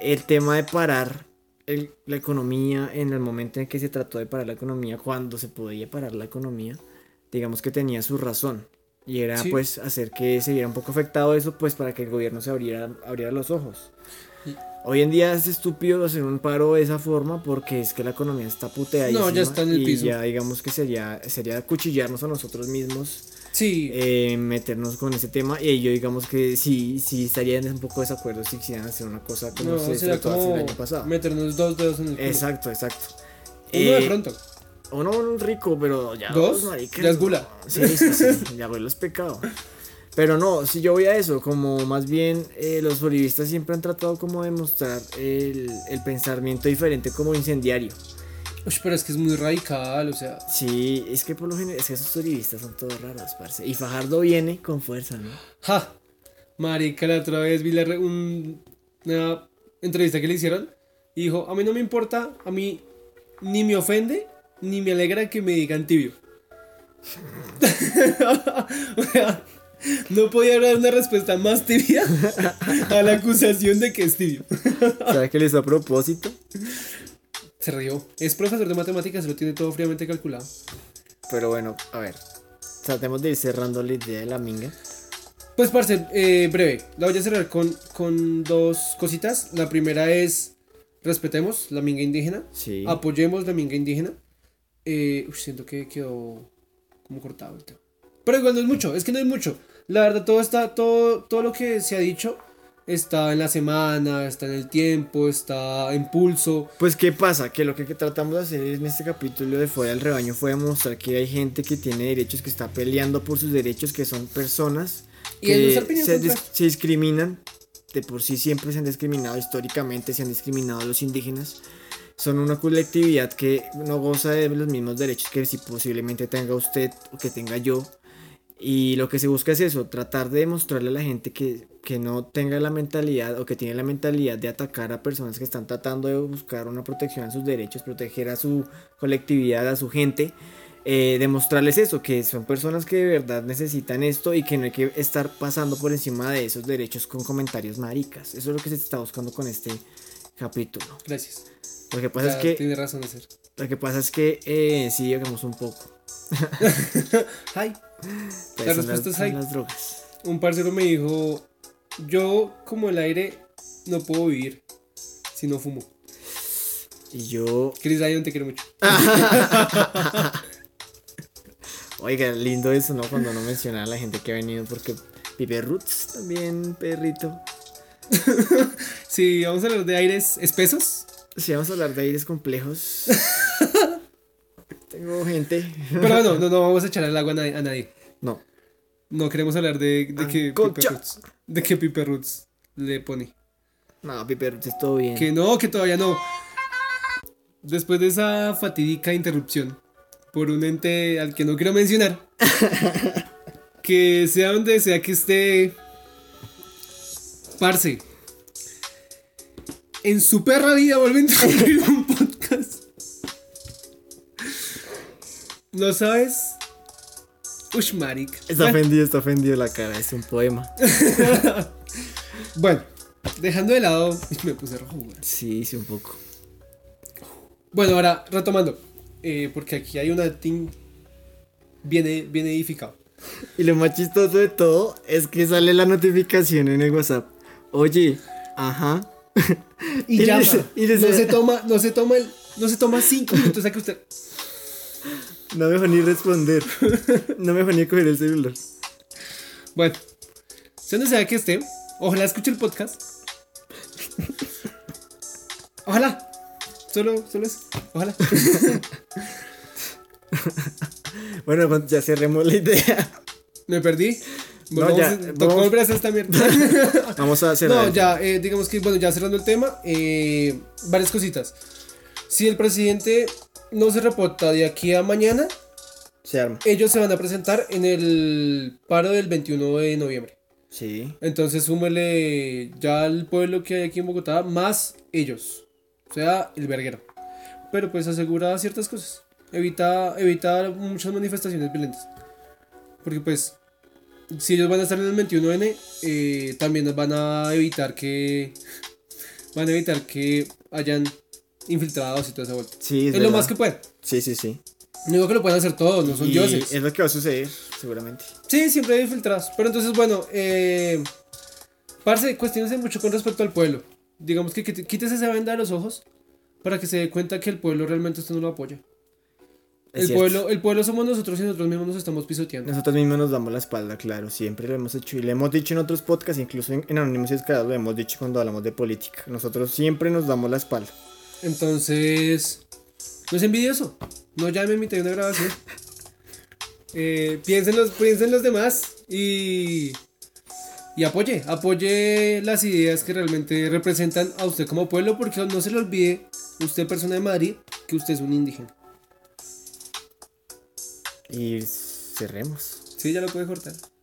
[SPEAKER 1] el tema de parar el- la economía en el momento en que se trató de parar la economía, cuando se podía parar la economía, digamos que tenía su razón. Y era
[SPEAKER 2] Sí.
[SPEAKER 1] pues hacer que se viera un poco afectado eso, pues para que el gobierno se abriera, abriera los ojos.
[SPEAKER 2] Y-
[SPEAKER 1] Hoy en día es estúpido hacer un paro de esa forma porque es que la economía está puteadísima.
[SPEAKER 2] No, ya está en el
[SPEAKER 1] y
[SPEAKER 2] piso.
[SPEAKER 1] ya digamos que sería, sería cuchillarnos a nosotros mismos,
[SPEAKER 2] Sí,
[SPEAKER 1] eh, meternos con ese tema. Y yo digamos que sí, sí estaría en un poco desacuerdo si quisieran hacer una cosa como
[SPEAKER 2] no,
[SPEAKER 1] se
[SPEAKER 2] será
[SPEAKER 1] trató hace
[SPEAKER 2] como
[SPEAKER 1] el año pasado.
[SPEAKER 2] meternos dos dedos en el culo.
[SPEAKER 1] Exacto, exacto.
[SPEAKER 2] Uno
[SPEAKER 1] Eh,
[SPEAKER 2] de pronto.
[SPEAKER 1] uno un rico, pero ya
[SPEAKER 2] ¿Dos?
[SPEAKER 1] maricas,
[SPEAKER 2] Ya es gula.
[SPEAKER 1] no. Sí, sí, sí, ya güey, los pecado. Pero no, si yo voy a eso, como más bien eh, los uribistas siempre han tratado como de mostrar el, el pensamiento diferente como incendiario.
[SPEAKER 2] Uy, pero es que es muy radical, o sea.
[SPEAKER 1] Sí, es que por lo general, es que esos uribistas son todos raros, parce. Y Fajardo viene con fuerza, ¿no?
[SPEAKER 2] ¡Ja! Marica, la otra vez vi la re- un- una entrevista que le hicieron y dijo, a mí no me importa, a mí ni me ofende, ni me alegra que me digan tibio. O sea, no podía dar una respuesta más tibia a la acusación de que es tibio.
[SPEAKER 1] ¿Sabes qué les a propósito?
[SPEAKER 2] Se rió. Es profesor de matemáticas, se lo tiene todo fríamente calculado.
[SPEAKER 1] Pero bueno, a ver. Tratemos de ir cerrando la idea de la minga.
[SPEAKER 2] Pues, parce, eh, breve. La voy a cerrar con, con dos cositas. La primera es, respetemos la minga indígena.
[SPEAKER 1] Sí.
[SPEAKER 2] Apoyemos la minga indígena. Eh, uy, siento que quedó como cortado el tema. Pero igual no es mucho, es que no es mucho. La verdad, todo está, todo, todo lo que se ha dicho está en la semana, está en el tiempo, está en pulso.
[SPEAKER 1] Pues qué pasa, que lo que tratamos de hacer en este capítulo de Fuera del Rebaño fue demostrar que hay gente que tiene derechos, que está peleando por sus derechos, que son personas
[SPEAKER 2] Y en
[SPEAKER 1] que
[SPEAKER 2] nuestra opinión
[SPEAKER 1] se,
[SPEAKER 2] son
[SPEAKER 1] dis-
[SPEAKER 2] trans.
[SPEAKER 1] se discriminan, de por sí siempre se han discriminado históricamente, se han discriminado a los indígenas, son una colectividad que no goza de los mismos derechos que si posiblemente tenga usted o que tenga yo. Y lo que se busca es eso, tratar de demostrarle a la gente que, que no tenga la mentalidad o que tiene la mentalidad de atacar a personas que están tratando de buscar una protección a sus derechos, proteger a su colectividad, a su gente. eh, demostrarles eso, que son personas que de verdad necesitan esto y que no hay que estar pasando por encima de esos derechos con comentarios maricas. Eso es lo que se está buscando con este capítulo.
[SPEAKER 2] Gracias.
[SPEAKER 1] Lo que pasa
[SPEAKER 2] Ya
[SPEAKER 1] Pues es que,
[SPEAKER 2] Tiene razón de ser.
[SPEAKER 1] lo que, pasa es que eh, sí llegamos un poco.
[SPEAKER 2] Hi.
[SPEAKER 1] Pues
[SPEAKER 2] La
[SPEAKER 1] son las-
[SPEAKER 2] respuesta es
[SPEAKER 1] son
[SPEAKER 2] ahí.
[SPEAKER 1] las drogas.
[SPEAKER 2] Un parcero me dijo, yo como el aire no puedo vivir si no fumo.
[SPEAKER 1] Y yo
[SPEAKER 2] Chris Dion, te quiero mucho.
[SPEAKER 1] Oiga, lindo eso, ¿no? Cuando no mencionan a la gente que ha venido, porque vive Roots también, perrito.
[SPEAKER 2] Sí, vamos a hablar de aires espesos.
[SPEAKER 1] Si vamos a hablar de aires complejos. Tengo gente.
[SPEAKER 2] Pero bueno, no, no vamos a echar el agua a nadie. a nadie.
[SPEAKER 1] No.
[SPEAKER 2] No queremos hablar de, de
[SPEAKER 1] Ah,
[SPEAKER 2] que
[SPEAKER 1] concha.
[SPEAKER 2] Piper Roots, de que Piper Roots le pone.
[SPEAKER 1] No, Piper, te estoy bien.
[SPEAKER 2] Que no, que todavía no. Después de esa fatídica interrupción por un ente al que no quiero mencionar, que sea donde sea que esté, parce, en su perra vida vuelve a interrumpir un podcast. ¿No sabes? Ush, maric.
[SPEAKER 1] Está ofendido, está ofendido la cara. Es un poema.
[SPEAKER 2] Bueno, dejando de lado, me puse rojo, güey.
[SPEAKER 1] Sí, sí, un poco.
[SPEAKER 2] Bueno, ahora retomando, eh, porque aquí hay una team bien, bien edificado.
[SPEAKER 1] Y lo más chistoso de todo es que sale la notificación en el WhatsApp. Oye, ajá.
[SPEAKER 2] Y, llama.
[SPEAKER 1] dice- y dice-
[SPEAKER 2] no se toma, no se toma el, no se toma cinco minutos a que usted.
[SPEAKER 1] No me dejó ni responder. No me dejó ni coger el celular.
[SPEAKER 2] Bueno, sea donde sea que esté, ojalá escuche el podcast. Ojalá. Solo, solo es. Ojalá.
[SPEAKER 1] Bueno, pues ya cerremos la idea.
[SPEAKER 2] Me perdí.
[SPEAKER 1] No,
[SPEAKER 2] Volvamos
[SPEAKER 1] ya,
[SPEAKER 2] en- tocó
[SPEAKER 1] vamos-
[SPEAKER 2] volver a hacer esta mierda.
[SPEAKER 1] Vamos a cerrar.
[SPEAKER 2] No, ya, eh, digamos que, bueno, ya cerrando el tema, eh, varias cositas. Si el presidente no se reporta de aquí a mañana,
[SPEAKER 1] Se arma.
[SPEAKER 2] ellos se van a presentar en el paro del 21 de noviembre.
[SPEAKER 1] Sí.
[SPEAKER 2] Entonces, súmele ya al pueblo que hay aquí en Bogotá, más ellos. O sea, el verguero. Pero pues asegura ciertas cosas. Evita, evita muchas manifestaciones violentas. Porque pues, si ellos van a estar en el 21N, eh, también van a evitar que... Van a evitar que hayan infiltrados y toda esa vuelta.
[SPEAKER 1] Sí, es,
[SPEAKER 2] Es, lo
[SPEAKER 1] verdad.
[SPEAKER 2] más que pueden.
[SPEAKER 1] Sí, sí, sí.
[SPEAKER 2] No digo que lo pueden hacer todos, no son
[SPEAKER 1] Y
[SPEAKER 2] dioses.
[SPEAKER 1] Es lo que va a suceder, seguramente.
[SPEAKER 2] Sí, siempre hay filtrados. Pero entonces, bueno, eh, parce, cuestionense mucho con respecto al pueblo. Digamos que quite- quítese esa venda de los ojos para que se dé cuenta que el pueblo realmente usted no lo apoya.
[SPEAKER 1] Es
[SPEAKER 2] El
[SPEAKER 1] cierto.
[SPEAKER 2] pueblo, el pueblo somos nosotros y nosotros mismos nos estamos pisoteando.
[SPEAKER 1] Nosotros mismos nos damos la espalda, claro, siempre lo hemos hecho y lo hemos dicho en otros podcasts, incluso en, en Anónimos y Descarados lo hemos dicho cuando hablamos de política. Nosotros siempre nos damos la espalda.
[SPEAKER 2] Entonces, no es envidioso. No llame mi una grabación. Eh, piensen, los, piensen los demás y, y apoye. Apoye las ideas que realmente representan a usted como pueblo, porque no se le olvide, usted persona de Madrid, que usted es un indígena.
[SPEAKER 1] Y cerremos.
[SPEAKER 2] Sí, ya lo puede cortar.